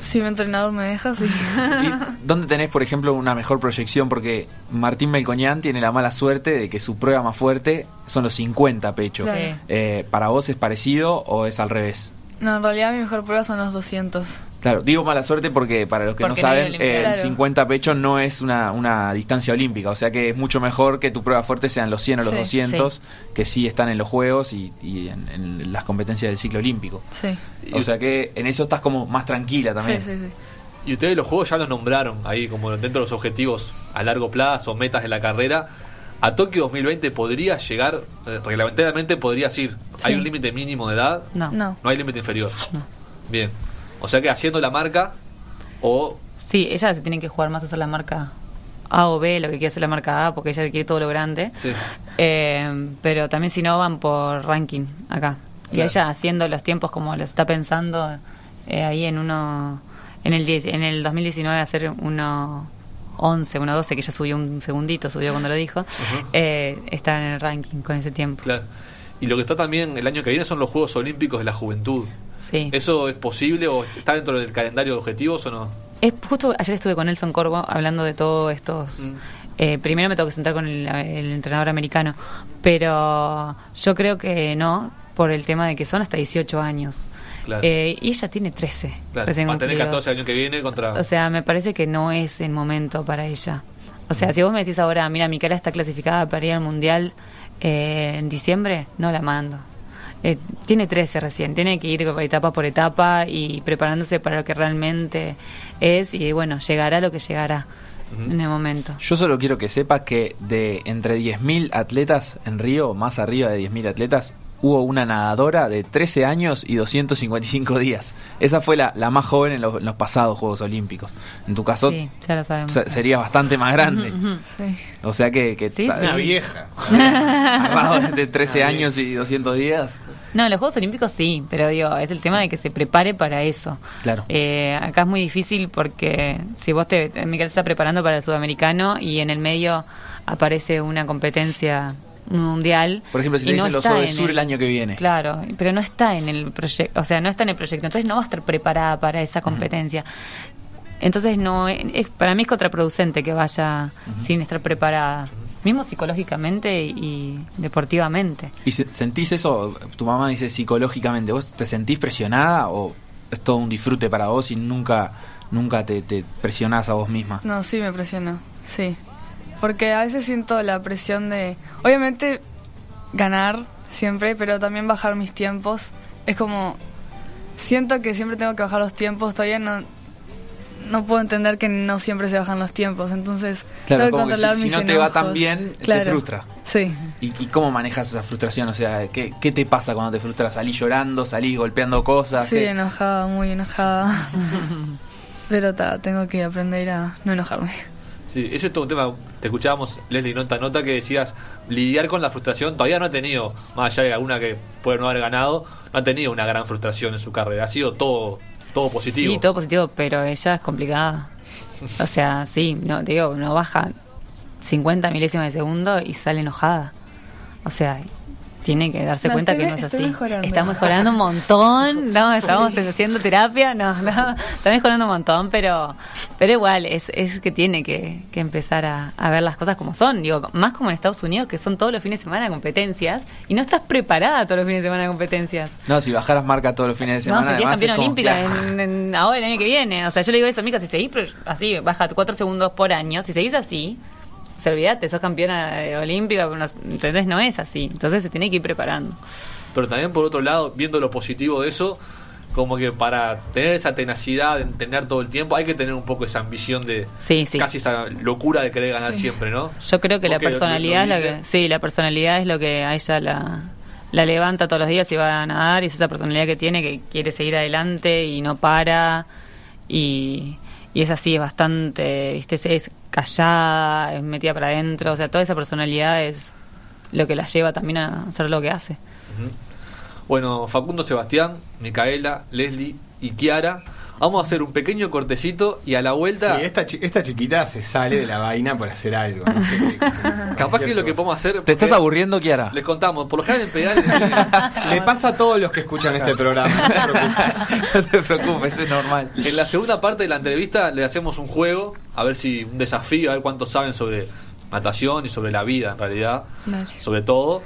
[SPEAKER 4] Si mi entrenador me deja, sí.
[SPEAKER 6] ¿Y dónde tenés, por ejemplo, una mejor proyección? Porque Martín Melcoñán tiene la mala suerte de que su prueba más fuerte son los 50 pecho.
[SPEAKER 4] Claro.
[SPEAKER 5] Sí.
[SPEAKER 6] Eh, ¿Para vos es parecido o es al revés?
[SPEAKER 4] No, en realidad mi mejor prueba son los 200.
[SPEAKER 6] Claro, digo mala suerte porque para los que
[SPEAKER 5] Porque no
[SPEAKER 6] no
[SPEAKER 5] hay
[SPEAKER 6] saben,
[SPEAKER 5] olimpiada.
[SPEAKER 6] eh, el
[SPEAKER 4] Claro.
[SPEAKER 6] 50 pecho no es una, una distancia olímpica, o sea que es mucho mejor que tu prueba fuerte sean los 100 o los
[SPEAKER 4] Sí.
[SPEAKER 6] 200, que sí están en los Juegos y, y en, en las competencias del ciclo olímpico.
[SPEAKER 4] Sí.
[SPEAKER 3] Y,
[SPEAKER 6] O sea que en eso estás como más tranquila también.
[SPEAKER 4] Sí, sí, sí.
[SPEAKER 3] y ustedes los juegos ya los nombraron ahí, como dentro de los objetivos a largo plazo, metas de la carrera. A Tokio 2020 podría llegar, eh, reglamentariamente podrías ir. ¿Hay
[SPEAKER 4] Sí.
[SPEAKER 3] un límite mínimo de edad?
[SPEAKER 5] No.
[SPEAKER 4] No.
[SPEAKER 3] No hay límite inferior. Bien. O sea que haciendo la marca o
[SPEAKER 5] Sí, ella se tiene que jugar más a hacer la marca A o B, lo que quiere hacer la marca A, porque ella quiere todo lo grande.
[SPEAKER 3] Sí.
[SPEAKER 5] Eh, pero también si no van por ranking acá. Y
[SPEAKER 3] Claro.
[SPEAKER 5] ella haciendo los tiempos como los está pensando eh, ahí en uno en el 10 en el 2019 hacer uno 11, uno 12 que ella subió un segundito, subió cuando lo dijo. eh, está en el ranking con ese tiempo.
[SPEAKER 3] claro. Y lo que está también el año que viene son los Juegos Olímpicos de la Juventud.
[SPEAKER 5] Sí.
[SPEAKER 3] ¿Eso es posible o está dentro del calendario de objetivos o no?
[SPEAKER 5] Es, justo ayer estuve con Nelson Corvo hablando de todos estos.
[SPEAKER 3] Mm.
[SPEAKER 5] Eh, primero me tengo que sentar con el, el entrenador americano, pero yo creo que no, por el tema de que son hasta 18 años.
[SPEAKER 3] Claro.
[SPEAKER 5] Eh, y ella tiene 13.
[SPEAKER 3] Claro,
[SPEAKER 5] recién
[SPEAKER 3] va a tener
[SPEAKER 5] cumplidos.
[SPEAKER 3] 14 el año que viene contra.
[SPEAKER 5] O sea, me parece que no es el momento para ella. O sea, si vos me decís ahora, mira, Micaela está clasificada para ir al Mundial eh, en diciembre, no la mando. Eh, tiene 13 recién, tiene que ir etapa por etapa y preparándose para lo que realmente es y bueno, llegará lo que llegará en el momento.
[SPEAKER 6] Yo solo quiero que sepas que de entre 10.000 atletas en Río, más arriba de 10.000 atletas, hubo una nadadora de 13 años y 255 días. Esa fue la, la más joven en los, en los pasados Juegos Olímpicos. En tu caso,
[SPEAKER 5] Sí, ya lo sabemos.
[SPEAKER 6] se- sería bastante más grande.
[SPEAKER 4] Sí.
[SPEAKER 6] O sea que... que
[SPEAKER 5] Sí,
[SPEAKER 6] ta-
[SPEAKER 5] sí.
[SPEAKER 2] Una vieja.
[SPEAKER 6] agarrado de 13 años y 200 días.
[SPEAKER 5] No, los Juegos Olímpicos sí, pero digo, es el tema de que se prepare para eso.
[SPEAKER 6] Claro.
[SPEAKER 5] Eh, acá es muy difícil porque si vos te, Miguel se está preparando para el sudamericano y en el medio aparece una competencia mundial.
[SPEAKER 6] Por ejemplo, si
[SPEAKER 5] y
[SPEAKER 6] le dicen los
[SPEAKER 5] está
[SPEAKER 6] Ode
[SPEAKER 5] en
[SPEAKER 6] Sur el año que viene.
[SPEAKER 5] Claro, pero no está en el proyecto, o sea, no está en el proyecto, entonces no va a estar preparada para esa competencia. Entonces no es, es- para mí es contraproducente que vaya sin estar preparada, mismo psicológicamente y deportivamente.
[SPEAKER 6] ¿Y se- sentís eso? Tu mamá dice psicológicamente, ¿vos te sentís presionada o es todo un disfrute para vos y nunca, nunca te, te presionás a vos misma?
[SPEAKER 4] No, sí me presionó, sí. Porque a veces siento la presión de, obviamente, ganar siempre, pero también bajar mis tiempos. Es como, siento que siempre tengo que bajar los tiempos, todavía no, no puedo entender que no siempre se bajan los tiempos, entonces tengo
[SPEAKER 6] Claro,
[SPEAKER 4] que
[SPEAKER 6] como que
[SPEAKER 4] controlar
[SPEAKER 6] si- si
[SPEAKER 4] mis
[SPEAKER 6] no te va
[SPEAKER 4] enojos.
[SPEAKER 6] tan bien, te frustra.
[SPEAKER 4] Sí.
[SPEAKER 6] ¿Y, y cómo manejas esa frustración? O sea, ¿qué, qué te pasa cuando te frustras? ¿Salís llorando? ¿Salís golpeando cosas?
[SPEAKER 4] Sí,
[SPEAKER 6] ¿Qué-
[SPEAKER 4] enojada, muy enojada. Pero ta, tengo que aprender a no enojarme.
[SPEAKER 3] Sí, ese es todo un tema. Te escuchábamos, Leslie, nota nota que decías lidiar con la frustración. Todavía no ha tenido, más allá de alguna que puede no haber ganado, no ha tenido una gran frustración en su carrera. Ha sido todo, todo positivo.
[SPEAKER 5] Sí, todo positivo, pero ella es complicada. O sea, sí, no, te digo, no baja 50 milésimas de segundo y sale enojada. O sea, tiene que darse
[SPEAKER 4] No,
[SPEAKER 5] cuenta
[SPEAKER 4] estoy
[SPEAKER 5] que
[SPEAKER 4] me-
[SPEAKER 5] no es
[SPEAKER 4] estoy
[SPEAKER 5] así.
[SPEAKER 4] mejorando.
[SPEAKER 5] Está mejorando un montón, no, estamos haciendo terapia, no, no, está mejorando un montón, pero, pero igual, es, es que tiene que, que empezar a, a ver las cosas como son. Digo, más como en Estados Unidos, que son todos los fines de semana competencias, y no estás preparada todos los fines de semana competencias.
[SPEAKER 6] No, si bajaras marca todos los fines de semana.
[SPEAKER 5] No, sería
[SPEAKER 6] además, es
[SPEAKER 5] campeona
[SPEAKER 6] como-
[SPEAKER 5] olímpica
[SPEAKER 6] claro.
[SPEAKER 5] en, en- ahora el año que viene. O sea, yo le digo eso, Mica, si seguís pero así, baja 4 segundos por año, si seguís así, se olvidate, sos campeona eh, olímpica, pero no- ¿entendés? No es así. Entonces se tiene que ir preparando.
[SPEAKER 3] Pero también, por otro lado, viendo lo positivo de eso, como que para tener esa tenacidad, de tener todo el tiempo, hay que tener un poco esa ambición de.
[SPEAKER 5] Sí, sí.
[SPEAKER 3] Casi esa locura de querer ganar siempre, ¿no?
[SPEAKER 5] Yo creo que la
[SPEAKER 3] Porque lo- lo
[SPEAKER 5] personalidad es lo
[SPEAKER 3] viste.
[SPEAKER 5] que, sí, la personalidad es lo que a ella la, la levanta todos los días y va a nadar y es esa personalidad que tiene que quiere seguir adelante y no para y, y es así, es bastante, viste, es- es callada, es metida para adentro, o sea, toda esa personalidad es lo que la lleva también a hacer lo que hace.
[SPEAKER 3] Bueno, Facundo Sebastián, Micaela, Leslie y Kiara, vamos a hacer un pequeño cortecito y a la vuelta,
[SPEAKER 2] Sí, esta, chi- esta chiquita se sale de la vaina por hacer algo. no sé qué-
[SPEAKER 3] capaz que es lo que podemos hacer.
[SPEAKER 6] ¿Te estás
[SPEAKER 3] porque
[SPEAKER 6] aburriendo, Kiara?
[SPEAKER 3] Les contamos, por lo general en pedales.
[SPEAKER 2] Le pasa a todos los que escuchan este programa. no se preocupen.
[SPEAKER 6] no te preocupes, es normal.
[SPEAKER 3] En la segunda parte de la entrevista le hacemos un juego, a ver si un desafío, a ver cuánto saben sobre natación y sobre la vida en realidad,
[SPEAKER 4] Dale.
[SPEAKER 3] sobre todo.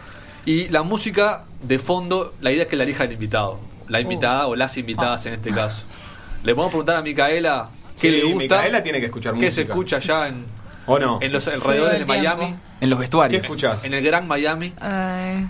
[SPEAKER 3] Y la música de fondo, la idea es que la elija el invitado,
[SPEAKER 2] Oh.
[SPEAKER 3] la invitada o las invitadas en este caso. Le podemos preguntar a Micaela qué
[SPEAKER 2] Ah. Sí,
[SPEAKER 3] le gusta.
[SPEAKER 2] Micaela tiene que escuchar
[SPEAKER 3] qué
[SPEAKER 2] música.
[SPEAKER 3] se escucha allá en,
[SPEAKER 2] ¿O no?
[SPEAKER 3] en los
[SPEAKER 5] todo
[SPEAKER 3] alrededores de
[SPEAKER 5] el tiempo.
[SPEAKER 3] Miami,
[SPEAKER 6] En los
[SPEAKER 2] ¿Qué
[SPEAKER 6] vestuarios.
[SPEAKER 2] escuchas?
[SPEAKER 3] en el Gran Miami.
[SPEAKER 4] Ay.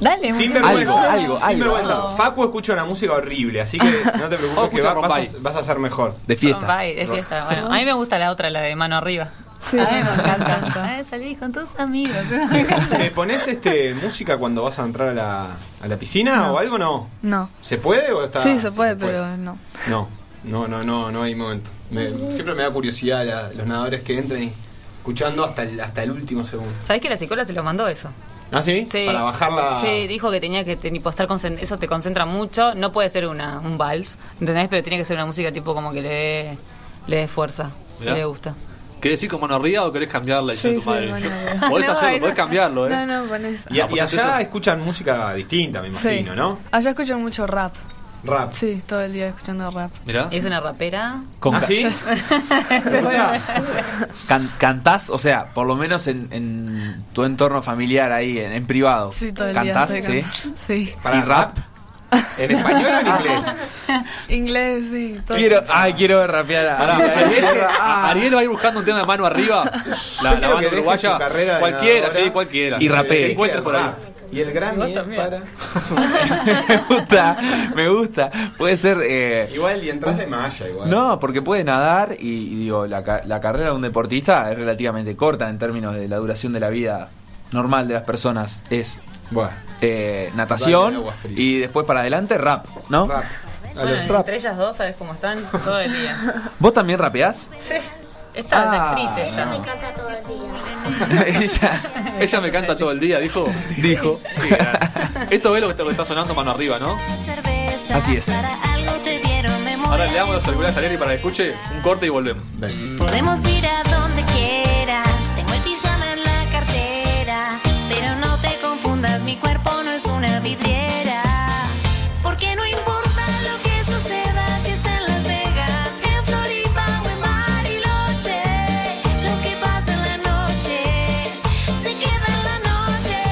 [SPEAKER 5] Dale,
[SPEAKER 2] Sin
[SPEAKER 6] Algo,
[SPEAKER 2] vergüenza.
[SPEAKER 6] algo,
[SPEAKER 2] sin
[SPEAKER 6] algo.
[SPEAKER 2] vergüenza.
[SPEAKER 5] No.
[SPEAKER 2] Facu escucha una música horrible, así que no te
[SPEAKER 3] O
[SPEAKER 2] preocupes
[SPEAKER 3] escucha
[SPEAKER 2] que va- vas, a,
[SPEAKER 3] Bombay.
[SPEAKER 2] vas a ser mejor.
[SPEAKER 6] De fiesta.
[SPEAKER 5] Bye, es fiesta. Bueno, a mí me gusta la otra, la de mano arriba.
[SPEAKER 4] Sí,
[SPEAKER 5] a mí me
[SPEAKER 4] encanta.
[SPEAKER 5] encanta. Ay, salí con tus amigos.
[SPEAKER 2] ¿Te pones este, música cuando vas a entrar a la, a la piscina o algo? No.
[SPEAKER 4] No.
[SPEAKER 2] ¿Se puede o está.?
[SPEAKER 4] sí, se puede, pero no.
[SPEAKER 2] No, no, no, no, no hay momento. Me- siempre me da curiosidad la- los nadadores que entran y escuchando hasta el, hasta el último segundo.
[SPEAKER 5] ¿Sabés que la psicóloga se lo mandó eso?
[SPEAKER 2] ¿Ah, sí?
[SPEAKER 5] Sí.
[SPEAKER 2] Para bajar la.
[SPEAKER 5] Sí, dijo que tenía que ten- tipo, estar concent- eso te concentra mucho, no puede ser una un vals, ¿entendés? Pero tiene que ser una música tipo como que le dé le dé fuerza,
[SPEAKER 3] Mirá.
[SPEAKER 5] que le gusta.
[SPEAKER 3] ¿Querés decir con mano arriba o querés cambiarla y
[SPEAKER 4] Sí,
[SPEAKER 3] ser tu
[SPEAKER 4] sí,
[SPEAKER 3] madre?
[SPEAKER 4] mano arriba.
[SPEAKER 3] Podés
[SPEAKER 5] No,
[SPEAKER 3] hacerlo,
[SPEAKER 5] eso-
[SPEAKER 3] podés cambiarlo, ¿eh?
[SPEAKER 4] No, no, con eso.
[SPEAKER 2] Y, a-
[SPEAKER 3] Ah,
[SPEAKER 2] y
[SPEAKER 3] pues
[SPEAKER 2] allá
[SPEAKER 3] entonces-
[SPEAKER 2] escuchan música distinta, me
[SPEAKER 4] Sí.
[SPEAKER 2] imagino, ¿no?
[SPEAKER 4] Allá escuchan mucho rap.
[SPEAKER 2] Rap.
[SPEAKER 4] Sí, todo el día escuchando rap.
[SPEAKER 3] Mirá.
[SPEAKER 5] Es una rapera.
[SPEAKER 6] Con
[SPEAKER 2] ¿Ah,
[SPEAKER 6] ca-
[SPEAKER 2] sí? ¿Te gusta?
[SPEAKER 6] can- ¿Cantás? O sea, por lo menos en, en tu entorno familiar ahí, en, en privado.
[SPEAKER 4] Sí, todo el
[SPEAKER 6] ¿Cantás?
[SPEAKER 4] día. estoy
[SPEAKER 6] Sí.
[SPEAKER 4] cantando. Sí.
[SPEAKER 2] ¿Para
[SPEAKER 6] ¿Y rap?
[SPEAKER 2] ¿En español o en inglés?
[SPEAKER 4] Inglés, sí. todo.
[SPEAKER 6] Quiero, ay, quiero ver rapear a,
[SPEAKER 3] Pará,
[SPEAKER 6] a Micaela
[SPEAKER 3] Ariel,
[SPEAKER 6] Sierra. Ah.
[SPEAKER 3] Ariel va a ir buscando un tema de mano arriba. La, la
[SPEAKER 2] Quiero que
[SPEAKER 3] banda
[SPEAKER 2] deje su
[SPEAKER 3] uruguaya.
[SPEAKER 2] carrera de
[SPEAKER 3] Cualquiera,
[SPEAKER 2] nadadora.
[SPEAKER 3] sí, cualquiera.
[SPEAKER 6] Y rapee.
[SPEAKER 3] Te encuentras por ahí.
[SPEAKER 2] Y el Grammy es para...
[SPEAKER 6] me gusta, me gusta. Puede ser. eh,
[SPEAKER 2] Igual, y entras de malla igual.
[SPEAKER 6] no, porque puede nadar y, y digo, la, ca- la carrera de un deportista es relativamente corta en términos de la duración de la vida normal de las personas. Es
[SPEAKER 2] Bueno. Baño
[SPEAKER 6] eh,
[SPEAKER 2] de
[SPEAKER 6] natación
[SPEAKER 2] agua fría.
[SPEAKER 6] y después para adelante rap, ¿no?
[SPEAKER 2] Rap. A
[SPEAKER 5] Bueno,
[SPEAKER 2] los
[SPEAKER 5] entre
[SPEAKER 2] rap.
[SPEAKER 5] ellas dos, ¿sabes cómo están? Todo el día.
[SPEAKER 6] ¿Vos también rapeás?
[SPEAKER 5] Sí. Esta
[SPEAKER 6] Ah,
[SPEAKER 5] es actriz, ella.
[SPEAKER 6] no.
[SPEAKER 1] Me encanta todo el día.
[SPEAKER 6] Ella
[SPEAKER 3] Ella me canta todo el día, dijo.
[SPEAKER 6] dijo.
[SPEAKER 3] Qué gran. Esto es lo que está- lo que está sonando mano arriba, ¿no?
[SPEAKER 1] Cerveza,
[SPEAKER 6] Así es.
[SPEAKER 1] Para algo te dieron memoria.
[SPEAKER 3] Ahora le damos los celulares a Ariel y para que escuche un corte y volvemos.
[SPEAKER 1] Podemos ir a donde quieras. Tengo el pijama en la cartera. Pero no te confundas, mi cuerpo no es una vidriera. Porque no importa lo que suceda, si es en Las Vegas, en Floripa o en Bariloche. Lo que pasa en la noche se queda en la noche.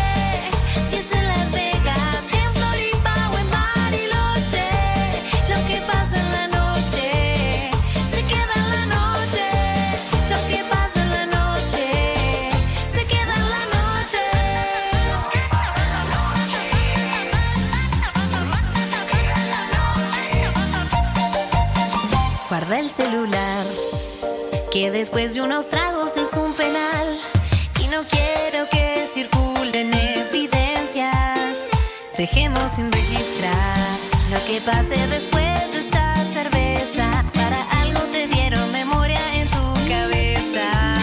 [SPEAKER 1] Si es en Las Vegas, en Floripa o en Bariloche. Lo que pasa en la noche se queda en la noche. Lo que pasa en la noche se queda en la noche. Guarda el celular, que después de unos tragos es un penal. Y no quiero que circulen evidencias. Dejemos sin registrar lo que pase después de esta cerveza. Para algo te dieron memoria en tu cabeza.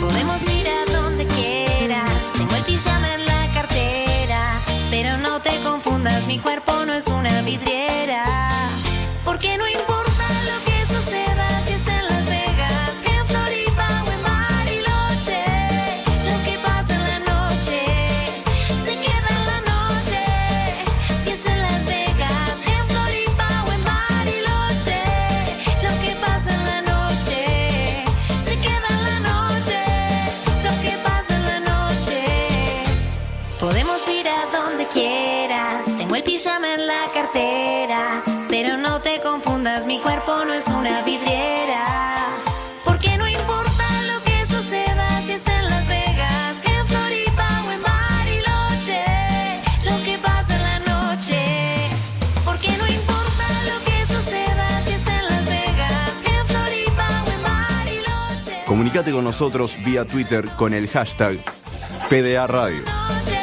[SPEAKER 1] Podemos ir a donde quieras. Tengo el pijama en la cartera. Pero no te confundas, mi cuerpo no es una vidriera. Porque no importa lo que suceda, si es en Las Vegas, que en Floripa o en Bariloche. Lo que pasa en la noche se queda en la noche. Si es en Las Vegas, en Floripa o en Bariloche. Lo que pasa en la noche se queda en la noche. Lo que pasa en la noche. Podemos ir a donde quieras. Tengo el pijama en la cartera. Pero no te confundas, mi cuerpo no es una vidriera. Porque no importa lo que suceda, si es en Las Vegas, en Floripa o en Bariloche. Lo que pasa en la noche. Porque no importa lo que suceda, si es en Las Vegas, en Floripa o en Bariloche.
[SPEAKER 7] Comunicate con nosotros vía Twitter con el hashtag PDA Radio.
[SPEAKER 1] Noche,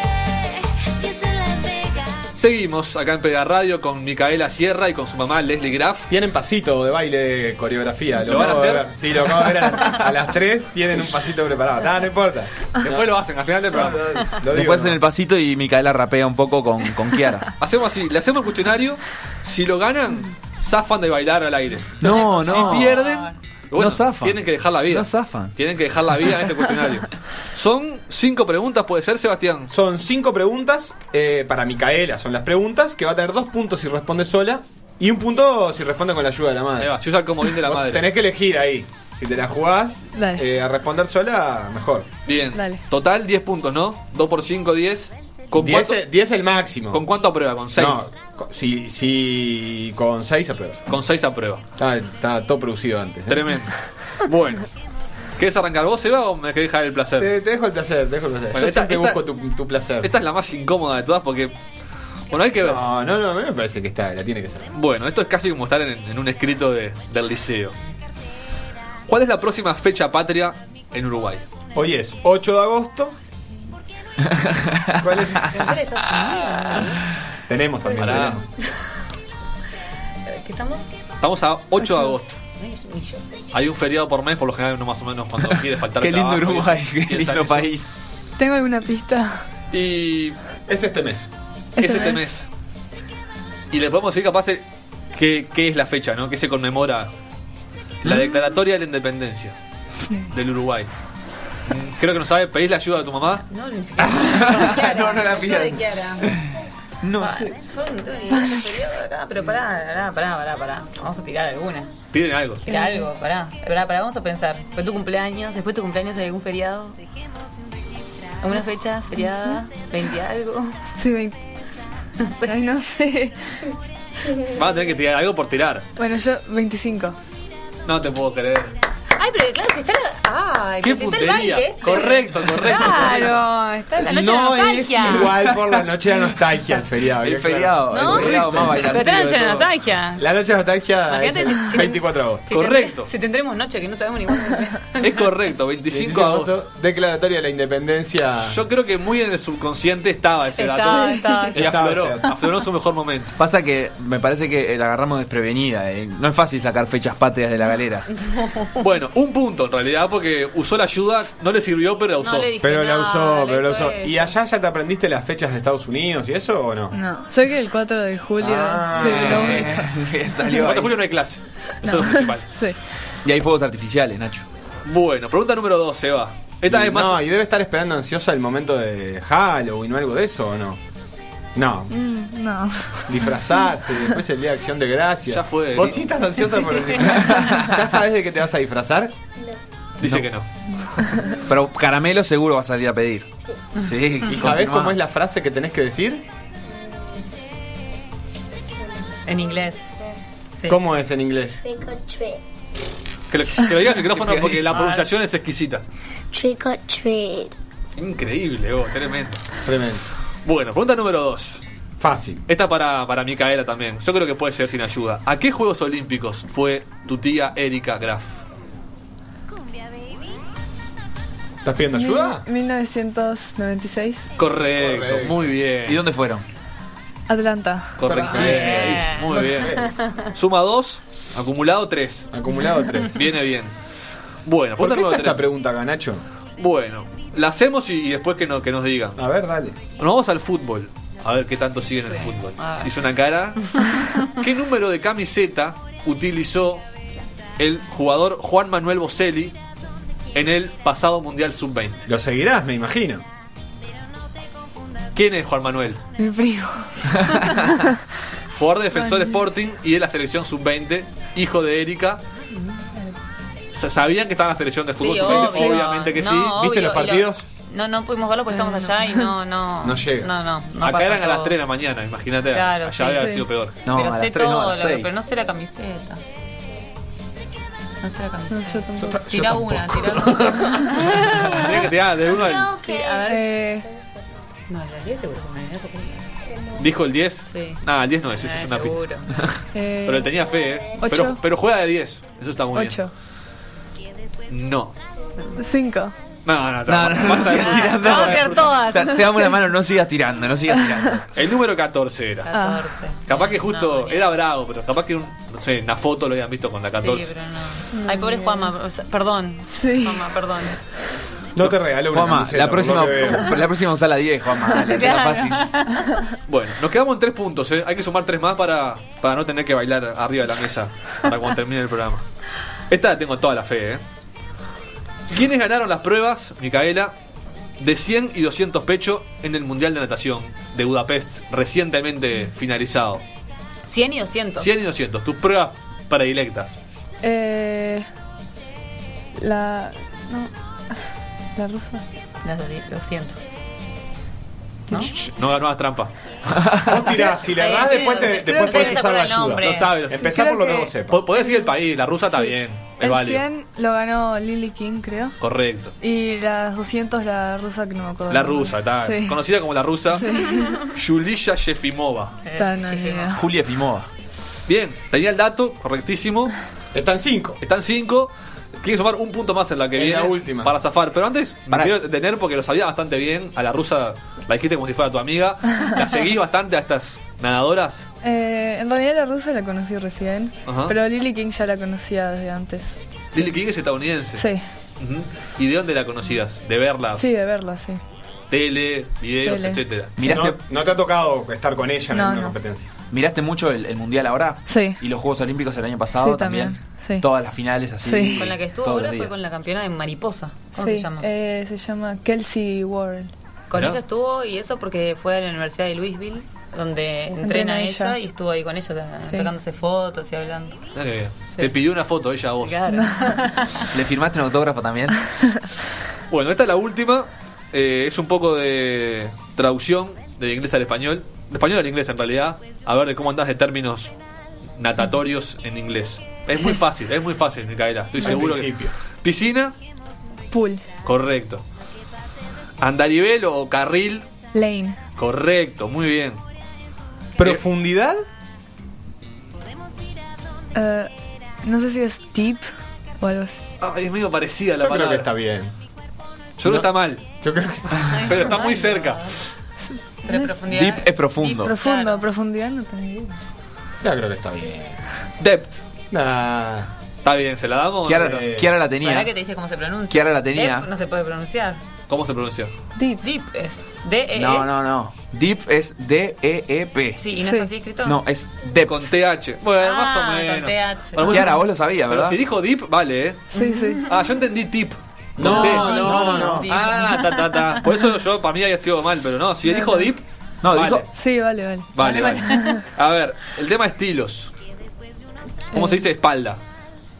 [SPEAKER 1] si es en Las Vegas.
[SPEAKER 3] Seguimos acá en Pega Radio con Micaela Sierra y con su mamá Leslie Graff.
[SPEAKER 2] Tienen pasito de baile, de coreografía. Lo,
[SPEAKER 3] ¿Lo van a
[SPEAKER 2] acabo de
[SPEAKER 3] hacer?
[SPEAKER 2] ver. Sí, lo acabo de ver a, las- a las 3. Tienen un pasito preparado. Ah, no importa.
[SPEAKER 3] Después lo hacen al final del
[SPEAKER 2] No,
[SPEAKER 3] programa.
[SPEAKER 2] no, lo digo,
[SPEAKER 6] Después
[SPEAKER 2] no.
[SPEAKER 6] en el pasito y Micaela rapea un poco con, con Kiara.
[SPEAKER 3] Hacemos así, le hacemos el cuestionario. Si lo ganan, zafan de bailar al aire.
[SPEAKER 6] No, no.
[SPEAKER 3] Si pierden, bueno,
[SPEAKER 6] No zafan.
[SPEAKER 3] tienen que dejar la vida.
[SPEAKER 6] No zafan.
[SPEAKER 3] Tienen que dejar la vida en este cuestionario. Son cinco preguntas, puede ser, Sebastián.
[SPEAKER 2] Son cinco preguntas eh, para Micaela. Son las preguntas que va a tener dos puntos si responde sola y un punto si responde con la ayuda de la
[SPEAKER 3] Ahí
[SPEAKER 2] madre.
[SPEAKER 3] va, se usa el comodín de la
[SPEAKER 2] Vos
[SPEAKER 3] madre.
[SPEAKER 2] Tenés que elegir ahí. Si te la jugás
[SPEAKER 4] Dale.
[SPEAKER 2] eh, a responder sola, mejor.
[SPEAKER 3] Bien.
[SPEAKER 4] Dale.
[SPEAKER 3] Total, 10 puntos, ¿no? 2 por 5, 10. ¿Con
[SPEAKER 2] 10
[SPEAKER 3] cuánto,
[SPEAKER 2] es 10 el máximo.
[SPEAKER 3] ¿Con cuánto aprueba? Con 6.
[SPEAKER 2] No, con- si, si con 6 aprueba.
[SPEAKER 3] Con 6 aprueba.
[SPEAKER 2] Está, está todo producido antes. ¿eh?
[SPEAKER 3] Tremendo. bueno. ¿Quieres arrancar vos, Seba, o me querés dejar el placer?
[SPEAKER 2] Te, te dejo el placer, te dejo el placer.
[SPEAKER 3] Bueno,
[SPEAKER 2] Yo
[SPEAKER 3] esta-
[SPEAKER 2] siempre
[SPEAKER 3] esta-
[SPEAKER 2] busco tu, tu placer.
[SPEAKER 3] Esta es la más incómoda de todas porque. Bueno, hay que ver.
[SPEAKER 2] No, no, no, a mí me parece que está, la tiene que ser.
[SPEAKER 3] Bueno, esto es casi como estar en, en un escrito de- del liceo. ¿Cuál es la próxima fecha patria en Uruguay?
[SPEAKER 2] Hoy es 8 de agosto. ¿Cuál es? tenemos también.
[SPEAKER 3] Pará.
[SPEAKER 2] tenemos.
[SPEAKER 5] ¿Qué estamos?
[SPEAKER 3] Estamos a 8, de agosto. Hay un feriado por mes, por lo general uno más o menos cuando quiere faltar
[SPEAKER 6] Qué lindo
[SPEAKER 3] trabajo y-
[SPEAKER 6] Uruguay,
[SPEAKER 3] y
[SPEAKER 6] qué
[SPEAKER 3] piensa
[SPEAKER 6] lindo
[SPEAKER 3] en eso.
[SPEAKER 6] país.
[SPEAKER 4] ¿Tengo alguna pista?
[SPEAKER 3] Y
[SPEAKER 2] Es este mes.
[SPEAKER 3] es
[SPEAKER 4] Este
[SPEAKER 3] este mes.
[SPEAKER 4] mes.
[SPEAKER 3] Y le podemos decir capaz eh, qué qué es la fecha, ¿no? Que se conmemora la
[SPEAKER 6] Mm.
[SPEAKER 3] declaratoria de la independencia del Uruguay. Mm, Creo que no sabe, pedís la ayuda de tu mamá.
[SPEAKER 5] No, ni siquiera.
[SPEAKER 6] No, no la
[SPEAKER 5] Yo de
[SPEAKER 6] pidas.
[SPEAKER 5] Kiara.
[SPEAKER 6] No
[SPEAKER 5] Pa-
[SPEAKER 6] sé.
[SPEAKER 5] Son dos días, pará, Pero pará, pará, pará, pará, pará. Vamos a tirar alguna.
[SPEAKER 3] Piden algo.
[SPEAKER 5] Tira algo, pará. Pará, pará, vamos a pensar. Fue tu cumpleaños, después de tu cumpleaños hay algún feriado. ¿Alguna fecha feriada? ¿20 algo?
[SPEAKER 4] Sí, me- Ay, no sé.
[SPEAKER 3] Van a tener que tirar algo por tirar.
[SPEAKER 4] Bueno, yo 25.
[SPEAKER 3] No te puedo creer.
[SPEAKER 5] Ay, pero claro, si está la... Ay,
[SPEAKER 3] ¡Qué
[SPEAKER 5] pero si está el
[SPEAKER 3] putería!
[SPEAKER 5] baile. este.
[SPEAKER 3] Correcto, correcto.
[SPEAKER 5] Claro, está la noche
[SPEAKER 2] No
[SPEAKER 5] de
[SPEAKER 2] es
[SPEAKER 5] nostalgia.
[SPEAKER 2] igual por la noche de nostalgia el feriado.
[SPEAKER 6] El
[SPEAKER 2] bien claro.
[SPEAKER 6] feriado,
[SPEAKER 5] ¿No?
[SPEAKER 6] el feriado más
[SPEAKER 5] Pero está la
[SPEAKER 6] bailante.
[SPEAKER 5] noche de nostalgia.
[SPEAKER 2] La noche de nostalgia es
[SPEAKER 5] Imagínate
[SPEAKER 2] el
[SPEAKER 5] si- si-
[SPEAKER 2] 24 de agosto.
[SPEAKER 5] si
[SPEAKER 3] Correcto.
[SPEAKER 5] tendré- Si tendremos noche que no sabemos ni cuándo.
[SPEAKER 3] Es correcto, 25 de agosto.
[SPEAKER 2] Declaratoria de la independencia.
[SPEAKER 3] Yo creo que muy en el subconsciente estaba ese
[SPEAKER 5] Estaba,
[SPEAKER 3] dato.
[SPEAKER 5] estaba.
[SPEAKER 3] Y
[SPEAKER 2] Estaba
[SPEAKER 3] afloró,
[SPEAKER 2] ese dato.
[SPEAKER 3] afloró su mejor momento.
[SPEAKER 6] Pasa que me parece que eh, la agarramos desprevenida. eh. No es fácil sacar fechas patrias de la galera.
[SPEAKER 3] Bueno, un punto en realidad, porque usó la ayuda, no le sirvió, pero la usó.
[SPEAKER 5] le dije
[SPEAKER 2] Pero la
[SPEAKER 5] nada,
[SPEAKER 2] usó, pero la
[SPEAKER 5] hizo
[SPEAKER 2] usó.
[SPEAKER 5] eso.
[SPEAKER 2] ¿Y allá ya te aprendiste las fechas de Estados Unidos y eso o no?
[SPEAKER 4] No. Sé que el 4 de julio
[SPEAKER 2] Ah.
[SPEAKER 4] se logró
[SPEAKER 6] Eh, bien,
[SPEAKER 3] El
[SPEAKER 6] salió
[SPEAKER 3] 4 de
[SPEAKER 6] ahí.
[SPEAKER 3] julio no hay clase. Eso es lo principal.
[SPEAKER 4] Sí.
[SPEAKER 6] Y hay fuegos artificiales, Nacho.
[SPEAKER 3] Bueno, pregunta número 2, Eva. Esta vez más.
[SPEAKER 2] No, y debe estar esperando ansiosa el momento de Halloween o algo de eso o no. No,
[SPEAKER 4] Mm, no.
[SPEAKER 2] disfrazarse, después el día de acción de gracias.
[SPEAKER 3] Ya fue.
[SPEAKER 2] ¿Vos sí estás ansiosa por el disfraz? ¿Ya sabes de qué te vas a disfrazar?
[SPEAKER 3] dice
[SPEAKER 6] no.
[SPEAKER 3] que no.
[SPEAKER 6] Pero caramelo seguro va a salir a pedir. Sí,
[SPEAKER 2] ¿Y sabés
[SPEAKER 6] confirmado.
[SPEAKER 2] cómo es la frase que tenés que decir?
[SPEAKER 5] En inglés. Sí.
[SPEAKER 2] ¿Cómo es en inglés?
[SPEAKER 8] Trick or treat.
[SPEAKER 3] Que lo, que lo diga el micrófono
[SPEAKER 6] Que
[SPEAKER 3] porque
[SPEAKER 6] dice-
[SPEAKER 5] Ah.
[SPEAKER 3] la pronunciación es exquisita.
[SPEAKER 8] Trick or treat.
[SPEAKER 3] Increíble, vos, tremendo.
[SPEAKER 2] Tremendo.
[SPEAKER 3] Bueno, pregunta número 2.
[SPEAKER 2] Fácil.
[SPEAKER 3] Esta para, para Micaela también. Yo creo que puede ser sin ayuda. ¿A qué Juegos Olímpicos fue tu tía Erika Graf?
[SPEAKER 2] ¿Estás pidiendo ayuda?
[SPEAKER 4] Mil- 1996.
[SPEAKER 3] Correcto,
[SPEAKER 2] Correcto.
[SPEAKER 3] muy bien.
[SPEAKER 6] ¿Y dónde fueron?
[SPEAKER 4] Atlanta.
[SPEAKER 3] Correcto.
[SPEAKER 2] Perfecto.
[SPEAKER 3] Muy bien. Suma 2, acumulado 3.
[SPEAKER 2] Acumulado 3.
[SPEAKER 3] Viene bien. Bueno,
[SPEAKER 2] ¿Por
[SPEAKER 3] punto
[SPEAKER 2] qué está
[SPEAKER 3] número
[SPEAKER 2] esta
[SPEAKER 3] 3.
[SPEAKER 2] pregunta, Ganacho?
[SPEAKER 3] Bueno, la hacemos y, y después que, no- que nos digan.
[SPEAKER 2] A ver, dale.
[SPEAKER 3] Nos vamos al fútbol. A ver qué tanto siguen el fútbol.
[SPEAKER 5] Ah.
[SPEAKER 3] Hizo una cara. ¿Qué número de camiseta utilizó el jugador Juan Manuel Boselli en el pasado Mundial Sub-20?
[SPEAKER 2] Lo seguirás, me imagino.
[SPEAKER 3] ¿Quién es Juan Manuel?
[SPEAKER 4] Mi primo.
[SPEAKER 3] Jugador de Defensor Sporting y de la selección Sub-20, hijo de Erika. Sa- ¿Sabían que estaba en la selección de fútbol
[SPEAKER 5] Sí,
[SPEAKER 3] Sub-20?
[SPEAKER 5] obvio.
[SPEAKER 3] Obviamente que
[SPEAKER 5] No,
[SPEAKER 3] sí.
[SPEAKER 2] ¿Viste
[SPEAKER 5] obvio,
[SPEAKER 2] los
[SPEAKER 5] y lo-
[SPEAKER 2] partidos?
[SPEAKER 5] No, no pudimos verlo porque estamos allá y no, no.
[SPEAKER 2] No llega.
[SPEAKER 5] No, no. no
[SPEAKER 3] Acá
[SPEAKER 5] pasa
[SPEAKER 3] eran a
[SPEAKER 5] todo.
[SPEAKER 3] las 3 de la mañana, imagínate.
[SPEAKER 5] Claro,
[SPEAKER 3] Allá
[SPEAKER 5] sí,
[SPEAKER 3] debe haber
[SPEAKER 4] sí.
[SPEAKER 3] sido peor.
[SPEAKER 6] No,
[SPEAKER 5] pero
[SPEAKER 6] a las
[SPEAKER 5] sé
[SPEAKER 6] 3 no, a
[SPEAKER 5] todo,
[SPEAKER 6] las
[SPEAKER 5] la-
[SPEAKER 6] 6.
[SPEAKER 5] pero no sé la camiseta. No sé la
[SPEAKER 4] No, yo
[SPEAKER 5] camiseta.
[SPEAKER 4] tampoco.
[SPEAKER 5] Tira una, tira una.
[SPEAKER 3] Tenía que tirar de uno al-
[SPEAKER 8] Okay.
[SPEAKER 5] A ver.
[SPEAKER 4] Eh,
[SPEAKER 5] No, la 10 seguro que me venía porque.
[SPEAKER 3] ¿Dijo el 10?
[SPEAKER 5] Sí.
[SPEAKER 3] Nada, el 10 no es, esa es
[SPEAKER 5] Eh,
[SPEAKER 3] una pista.
[SPEAKER 5] seguro.
[SPEAKER 4] eh,
[SPEAKER 3] Pero le tenía fe, ¿eh?
[SPEAKER 4] Ocho.
[SPEAKER 3] Pero, pero juega de 10. Eso está muy
[SPEAKER 4] 8.
[SPEAKER 3] bien. No.
[SPEAKER 4] 5.
[SPEAKER 3] No, no,
[SPEAKER 6] No, no, no,
[SPEAKER 3] basta de-
[SPEAKER 6] sigas tirando.
[SPEAKER 5] Vamos a tirar todas.
[SPEAKER 6] Te, te damos la mano, no sigas tirando, no sigas tirando.
[SPEAKER 3] El número 14 era.
[SPEAKER 5] 14.
[SPEAKER 3] Capaz que justo
[SPEAKER 5] No, ni-
[SPEAKER 3] era bravo, pero capaz que un, no sé, una foto lo habían visto con la
[SPEAKER 5] Sí,
[SPEAKER 3] 14.
[SPEAKER 5] pero no. Ay, pobre Juanma, o sea, perdón.
[SPEAKER 4] Sí.
[SPEAKER 5] Juanma, perdón.
[SPEAKER 2] No te regaló una
[SPEAKER 6] Juanma,
[SPEAKER 2] camiseta,
[SPEAKER 6] la
[SPEAKER 2] por lo
[SPEAKER 6] próxima,
[SPEAKER 2] que veo.
[SPEAKER 6] la próxima usa la 10, Juanma. Dale, hacela
[SPEAKER 5] Claro.
[SPEAKER 6] fácil.
[SPEAKER 3] Bueno, nos quedamos en tres puntos, ¿eh? Hay que sumar tres más para, para no tener que bailar arriba de la mesa para cuando termine el programa. Esta la tengo toda la fe, ¿eh? ¿Quiénes ganaron las pruebas, Micaela, de 100 y 200 pecho en el Mundial de Natación de Budapest, recientemente finalizado?
[SPEAKER 5] 100 y 200.
[SPEAKER 3] 100 y 200, tus pruebas predilectas.
[SPEAKER 4] Eh, la. No. La rusa.
[SPEAKER 5] Las 200.
[SPEAKER 3] No, no hagas trampa.
[SPEAKER 2] Vos tirás, si le
[SPEAKER 5] Sí,
[SPEAKER 2] errás,
[SPEAKER 5] sí,
[SPEAKER 2] después, te,
[SPEAKER 5] creo
[SPEAKER 2] después
[SPEAKER 5] que
[SPEAKER 2] podés
[SPEAKER 5] se
[SPEAKER 2] usar la
[SPEAKER 5] acuerda el
[SPEAKER 2] ayuda.
[SPEAKER 5] nombre.
[SPEAKER 3] Lo sabes. lo sabes.
[SPEAKER 2] Empezá por lo que
[SPEAKER 4] Creo que-
[SPEAKER 2] vos sepas.
[SPEAKER 3] Po- Podés decir el país, la rusa está bien, es
[SPEAKER 4] El
[SPEAKER 3] válido.
[SPEAKER 4] 100 lo ganó Lily King, creo.
[SPEAKER 3] Correcto.
[SPEAKER 4] Y las 200 la rusa que no me acuerdo.
[SPEAKER 3] La
[SPEAKER 4] el nombre.
[SPEAKER 3] rusa, está
[SPEAKER 4] Sí.
[SPEAKER 3] conocida como la rusa, Yulia Shefimova.
[SPEAKER 4] Está, no, ni idea.
[SPEAKER 6] Julia Fimova.
[SPEAKER 3] Bien, tenía el dato, correctísimo.
[SPEAKER 2] Están cinco.
[SPEAKER 3] Están cinco. Tiene que sumar un punto más en la que
[SPEAKER 2] En
[SPEAKER 3] viene.
[SPEAKER 2] la última.
[SPEAKER 3] Para zafar. Pero antes, me
[SPEAKER 6] Pará.
[SPEAKER 3] quiero detener porque lo sabía bastante bien. A la rusa la dijiste como si fuera tu amiga. La seguís bastante a estas nadadoras.
[SPEAKER 4] Eh, en realidad la rusa la conocí recién,
[SPEAKER 3] Ajá.
[SPEAKER 4] pero Lily King ya la conocía desde antes.
[SPEAKER 3] Lily King es estadounidense.
[SPEAKER 4] Sí,
[SPEAKER 3] Ujú. ¿Y de dónde la conocías? De verla,
[SPEAKER 4] sí, de verla, sí.
[SPEAKER 3] tele, videos,
[SPEAKER 4] Tele.
[SPEAKER 3] etcétera.
[SPEAKER 6] ¿Miraste,
[SPEAKER 2] No, no te ha tocado estar con ella en
[SPEAKER 4] No,
[SPEAKER 2] alguna
[SPEAKER 4] no.
[SPEAKER 2] competencia.
[SPEAKER 6] ¿Miraste mucho el, el Mundial ahora?
[SPEAKER 4] Sí.
[SPEAKER 6] Y los Juegos Olímpicos el año pasado
[SPEAKER 4] Sí,
[SPEAKER 6] también.
[SPEAKER 4] también, sí.
[SPEAKER 6] Todas las finales así.
[SPEAKER 4] Sí.
[SPEAKER 5] Con la que estuvo
[SPEAKER 6] todos
[SPEAKER 5] ahora
[SPEAKER 6] los
[SPEAKER 5] fue
[SPEAKER 6] días.
[SPEAKER 5] con la campeona de mariposa. ¿Cómo
[SPEAKER 4] Sí,
[SPEAKER 5] se llama?
[SPEAKER 4] eh, se llama Kelsey Ward.
[SPEAKER 5] con
[SPEAKER 3] Mirá.
[SPEAKER 5] ella estuvo y eso porque fue a la Universidad de Louisville donde entrena,
[SPEAKER 4] Entrena
[SPEAKER 5] ella.
[SPEAKER 4] ella.
[SPEAKER 5] y estuvo ahí con ella ta-
[SPEAKER 4] Sí.
[SPEAKER 5] tocándose fotos y hablando.
[SPEAKER 3] Mirá que bien. Te pidió una foto ella a vos.
[SPEAKER 5] Claro.
[SPEAKER 6] ¿Le firmaste un autógrafo también?
[SPEAKER 3] Bueno, esta es la última. Eh, es un poco de traducción de inglés al español. De español al inglés, en realidad. A ver de cómo andás de términos natatorios en inglés. Es muy fácil, es muy fácil, Micaela. Estoy seguro que-
[SPEAKER 2] principio.
[SPEAKER 3] Piscina,
[SPEAKER 4] Pool.
[SPEAKER 3] correcto. Andarivel o carril,
[SPEAKER 4] Lane.
[SPEAKER 3] correcto, muy bien.
[SPEAKER 2] ¿Profundidad?
[SPEAKER 4] Eh, no sé si es tip o algo así.
[SPEAKER 3] Ay, Ah, es medio parecida la
[SPEAKER 2] Yo creo
[SPEAKER 3] palabra.
[SPEAKER 2] que está bien.
[SPEAKER 3] Yo creo que está mal,
[SPEAKER 2] Yo creo que
[SPEAKER 3] pero está muy cerca.
[SPEAKER 5] Pero profundidad.
[SPEAKER 6] Deep es profundo.
[SPEAKER 4] Profundo,
[SPEAKER 5] Claro.
[SPEAKER 4] profundidad no tengo idea.
[SPEAKER 2] Yo creo que está bien.
[SPEAKER 3] Depth,
[SPEAKER 2] Nah.
[SPEAKER 3] está bien, ¿se la damos? o no?
[SPEAKER 6] Kiara, Kiara la
[SPEAKER 5] ¿Para
[SPEAKER 6] tenía.
[SPEAKER 5] que te dice cómo se pronuncia?
[SPEAKER 6] Kiara la tenía.
[SPEAKER 5] Deep no se puede pronunciar.
[SPEAKER 3] ¿Cómo se pronuncia?
[SPEAKER 4] Deep.
[SPEAKER 5] Deep es. D E.
[SPEAKER 6] No, no, no. Deep es D-E-E-P.
[SPEAKER 5] Sí, y no
[SPEAKER 4] Sí.
[SPEAKER 5] está así escrito.
[SPEAKER 6] No, es Deep.
[SPEAKER 3] Con TH. Bueno,
[SPEAKER 5] Ah,
[SPEAKER 3] más o
[SPEAKER 5] con
[SPEAKER 3] menos.
[SPEAKER 5] TH.
[SPEAKER 3] Bueno,
[SPEAKER 6] Kiara, vos lo sabías,
[SPEAKER 3] Pero
[SPEAKER 6] ¿verdad?
[SPEAKER 3] si dijo dip, vale, ¿eh?
[SPEAKER 4] Sí, sí.
[SPEAKER 3] Ah, yo entendí tip.
[SPEAKER 2] No,
[SPEAKER 3] Con T.
[SPEAKER 2] no, no.
[SPEAKER 5] Deep.
[SPEAKER 3] Ah, ta, ta, ta. Por eso yo, para mí había sido mal, pero no. Si dijo dip,
[SPEAKER 6] No,
[SPEAKER 3] vale.
[SPEAKER 6] dijo-
[SPEAKER 4] Sí, vale, vale.
[SPEAKER 3] Vale, vale. A ver, el tema estilos. ¿Cómo se dice espalda?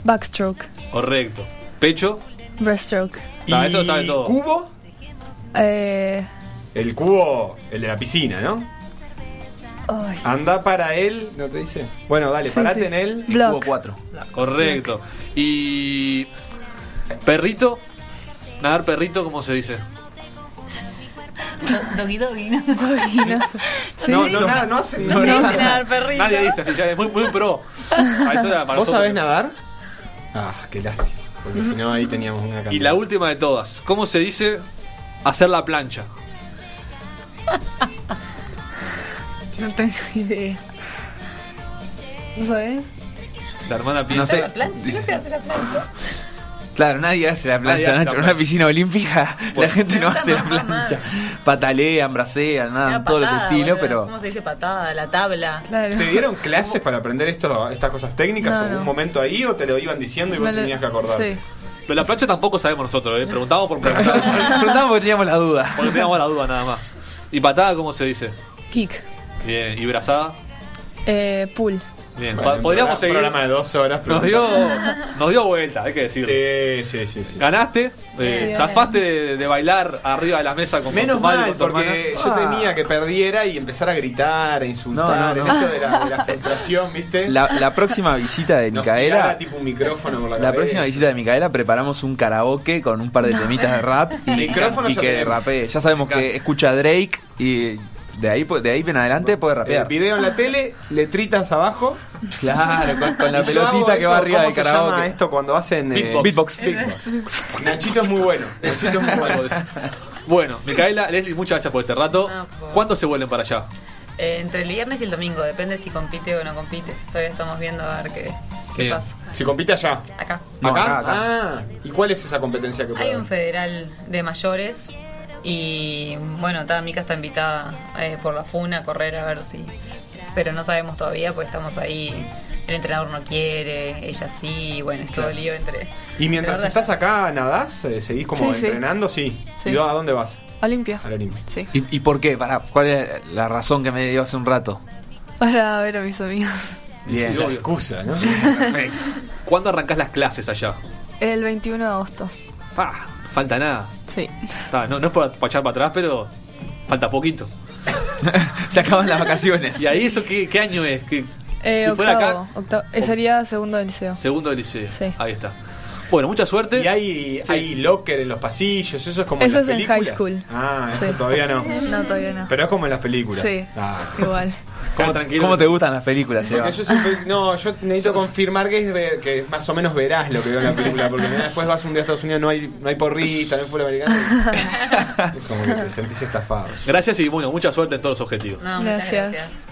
[SPEAKER 4] Backstroke.
[SPEAKER 3] Correcto. Pecho,
[SPEAKER 4] Breaststroke.
[SPEAKER 2] ¿Y
[SPEAKER 3] Ah, eso lo sabe todo.
[SPEAKER 2] cubo?
[SPEAKER 4] Eh,
[SPEAKER 2] El cubo, el de la piscina, ¿no?
[SPEAKER 4] ay,
[SPEAKER 2] Anda para él, ¿no te dice? Bueno, dale,
[SPEAKER 4] Sí,
[SPEAKER 2] parate
[SPEAKER 4] sí.
[SPEAKER 2] en él.
[SPEAKER 6] el cubo
[SPEAKER 4] Block.
[SPEAKER 6] 4.
[SPEAKER 3] correcto. Y. Perrito. Nadar perrito, ¿cómo se dice?
[SPEAKER 5] Do- Doggy doggy. No,
[SPEAKER 4] no sé. Sí.
[SPEAKER 2] No, no, nada, no hacen
[SPEAKER 5] no
[SPEAKER 2] nada.
[SPEAKER 5] dice nada al perrito.
[SPEAKER 3] Nadie dice así, ya es muy, muy pro. Ah, eso era para
[SPEAKER 2] ¿Vos
[SPEAKER 3] nosotros.
[SPEAKER 2] sabés nadar? Ah, qué lástima. Porque si no, ahí teníamos una
[SPEAKER 3] Y la última de todas, ¿cómo se dice hacer la plancha?
[SPEAKER 4] No tengo idea. ¿No sabes?
[SPEAKER 3] La hermana piensa.
[SPEAKER 6] No sé.
[SPEAKER 5] La plancha. ¿Qué se hace la plancha?
[SPEAKER 6] Claro, nadie hace la plancha,
[SPEAKER 3] hace la
[SPEAKER 6] Nacho. En una
[SPEAKER 3] plancha.
[SPEAKER 6] piscina olímpica la gente no
[SPEAKER 5] Nunca
[SPEAKER 6] hace la
[SPEAKER 5] más, jamás.
[SPEAKER 6] plancha. Patalean, bracean, nada,
[SPEAKER 5] La
[SPEAKER 6] todos los
[SPEAKER 5] patada,
[SPEAKER 6] estilos,
[SPEAKER 5] boludo.
[SPEAKER 6] pero...
[SPEAKER 5] ¿Cómo se dice patada? La tabla.
[SPEAKER 4] Claro.
[SPEAKER 2] ¿Te dieron clases para aprender esto, estas cosas técnicas
[SPEAKER 4] No,
[SPEAKER 2] en un
[SPEAKER 4] no.
[SPEAKER 2] momento ahí o te lo iban diciendo y vos
[SPEAKER 4] Me lo-
[SPEAKER 2] tenías que acordar?
[SPEAKER 4] Sí.
[SPEAKER 3] Pero la plancha tampoco sabemos nosotros, ¿eh? preguntamos por preguntar.
[SPEAKER 6] Preguntamos porque teníamos la duda.
[SPEAKER 3] porque teníamos la duda nada más. ¿Y patada cómo se dice?
[SPEAKER 4] Kick.
[SPEAKER 3] Bien, ¿y brazada?
[SPEAKER 4] Eh, pool.
[SPEAKER 3] Bien,
[SPEAKER 2] Bueno,
[SPEAKER 3] Pa- podríamos
[SPEAKER 2] un
[SPEAKER 3] seguir.
[SPEAKER 2] programa de dos horas.
[SPEAKER 3] Nos dio, nos dio vuelta, hay que decirlo.
[SPEAKER 2] Sí, sí, sí. sí.
[SPEAKER 3] Ganaste, eh,
[SPEAKER 4] Bien.
[SPEAKER 3] zafaste de, de bailar arriba de la mesa con
[SPEAKER 2] Menos
[SPEAKER 3] tu madre y
[SPEAKER 2] mal,
[SPEAKER 3] con tu
[SPEAKER 2] porque
[SPEAKER 3] hermana.
[SPEAKER 2] yo temía que perdiera y empezar a gritar, a insultar,
[SPEAKER 6] Ah. No, no, no.
[SPEAKER 2] en esto de la, de la frustración, ¿viste?
[SPEAKER 6] La, la próxima visita de
[SPEAKER 2] Nos tiraba
[SPEAKER 6] Micaela...
[SPEAKER 2] tipo un micrófono por la,
[SPEAKER 6] La
[SPEAKER 2] cabeza.
[SPEAKER 6] próxima visita de Micaela preparamos un karaoke con un par de temitas de rap y,
[SPEAKER 2] Micrófono
[SPEAKER 6] y
[SPEAKER 2] ya
[SPEAKER 6] que
[SPEAKER 2] tenemos.
[SPEAKER 6] rapee. Ya sabemos que escucha Drake y de ahí po- de ahí en adelante puede
[SPEAKER 2] Eh,
[SPEAKER 6] rapear.
[SPEAKER 2] video en la tele, letritas abajo.
[SPEAKER 6] Claro, con, con la
[SPEAKER 2] Y yo hago
[SPEAKER 6] pelotita que
[SPEAKER 2] eso,
[SPEAKER 6] va arriba
[SPEAKER 2] ¿cómo
[SPEAKER 6] del
[SPEAKER 2] se llama
[SPEAKER 6] karaoke.
[SPEAKER 2] esto cuando hacen eh,
[SPEAKER 3] Beatbox.
[SPEAKER 6] Beatbox.
[SPEAKER 2] beatbox? Nachito es muy bueno. Nachito es muy bueno.
[SPEAKER 3] Algo de eso. Ah. Bueno, Micaela, Leslie, muchas gracias por este rato.
[SPEAKER 5] No, por favor.
[SPEAKER 3] ¿Cuándo se vuelven para allá?
[SPEAKER 5] Eh, entre el viernes y el domingo, depende si compite o no compite. Todavía estamos viendo a ver qué, qué
[SPEAKER 3] Bien.
[SPEAKER 5] pasa.
[SPEAKER 2] Si compite allá.
[SPEAKER 5] Acá.
[SPEAKER 6] No,
[SPEAKER 3] ¿Acá?
[SPEAKER 6] acá, acá.
[SPEAKER 2] Ah, ¿y cuál es esa competencia que
[SPEAKER 5] Hay
[SPEAKER 2] puede
[SPEAKER 5] un
[SPEAKER 2] haber?
[SPEAKER 5] federal de mayores y bueno, toda Mica está invitada eh, por la FUNA a correr a ver si... Pero no sabemos todavía porque estamos ahí, el entrenador no quiere, ella sí, y bueno, es todo lío entre...
[SPEAKER 2] Y mientras
[SPEAKER 5] entre
[SPEAKER 2] estás acá, nadás, eh, seguís como
[SPEAKER 4] Sí, sí.
[SPEAKER 2] entrenando, sí.
[SPEAKER 4] Sí.
[SPEAKER 2] ¿Y a dónde vas?
[SPEAKER 4] Olimpia.
[SPEAKER 2] Al Olimpia.
[SPEAKER 4] Sí.
[SPEAKER 6] ¿Y, y por qué? Pará, ¿cuál es la razón que me dio hace un rato?
[SPEAKER 4] Para ver a mis amigos.
[SPEAKER 6] Bien.
[SPEAKER 3] Sí, obvio.
[SPEAKER 2] Excusa, ¿no?
[SPEAKER 6] Perfecto.
[SPEAKER 3] ¿Cuándo arrancás las clases allá?
[SPEAKER 4] El 21 de agosto.
[SPEAKER 3] Ah, falta nada.
[SPEAKER 4] Sí.
[SPEAKER 3] Ah, no, no es para echar para atrás, pero falta poquito.
[SPEAKER 6] Se acaban las vacaciones.
[SPEAKER 3] ¿Y ahí eso qué, qué año es? ¿Qué-
[SPEAKER 4] Eh,
[SPEAKER 3] si
[SPEAKER 4] octavo,
[SPEAKER 3] fuera acá,
[SPEAKER 4] octavo. Eh, sería segundo del liceo.
[SPEAKER 3] segundo de liceo.
[SPEAKER 4] Sí.
[SPEAKER 3] Ahí está. Bueno, mucha suerte.
[SPEAKER 2] Y hay,
[SPEAKER 3] Sí.
[SPEAKER 2] hay locker en los pasillos, eso es como
[SPEAKER 4] Eso
[SPEAKER 2] en las
[SPEAKER 4] es en high
[SPEAKER 2] películas.
[SPEAKER 4] school.
[SPEAKER 2] Ah,
[SPEAKER 4] Sí.
[SPEAKER 2] esto todavía no.
[SPEAKER 4] No, todavía no.
[SPEAKER 2] Pero es como en las películas.
[SPEAKER 4] Sí.
[SPEAKER 2] Ah.
[SPEAKER 4] Igual.
[SPEAKER 3] Quedá
[SPEAKER 6] ¿Cómo,
[SPEAKER 3] tranquilo.
[SPEAKER 6] cómo te gustan las películas, Seba?
[SPEAKER 2] Porque yo siempre- no, yo necesito confirmar que es, re- que más o menos verás lo que veo en la película, porque mirá, después vas un día a Estados Unidos, no hay, no hay porrista, no hay fútbol americano. Es como que te sentís estafado.
[SPEAKER 3] Gracias y bueno, mucha suerte en todos los objetivos.
[SPEAKER 5] No, muchas
[SPEAKER 4] Gracias.
[SPEAKER 5] gracias.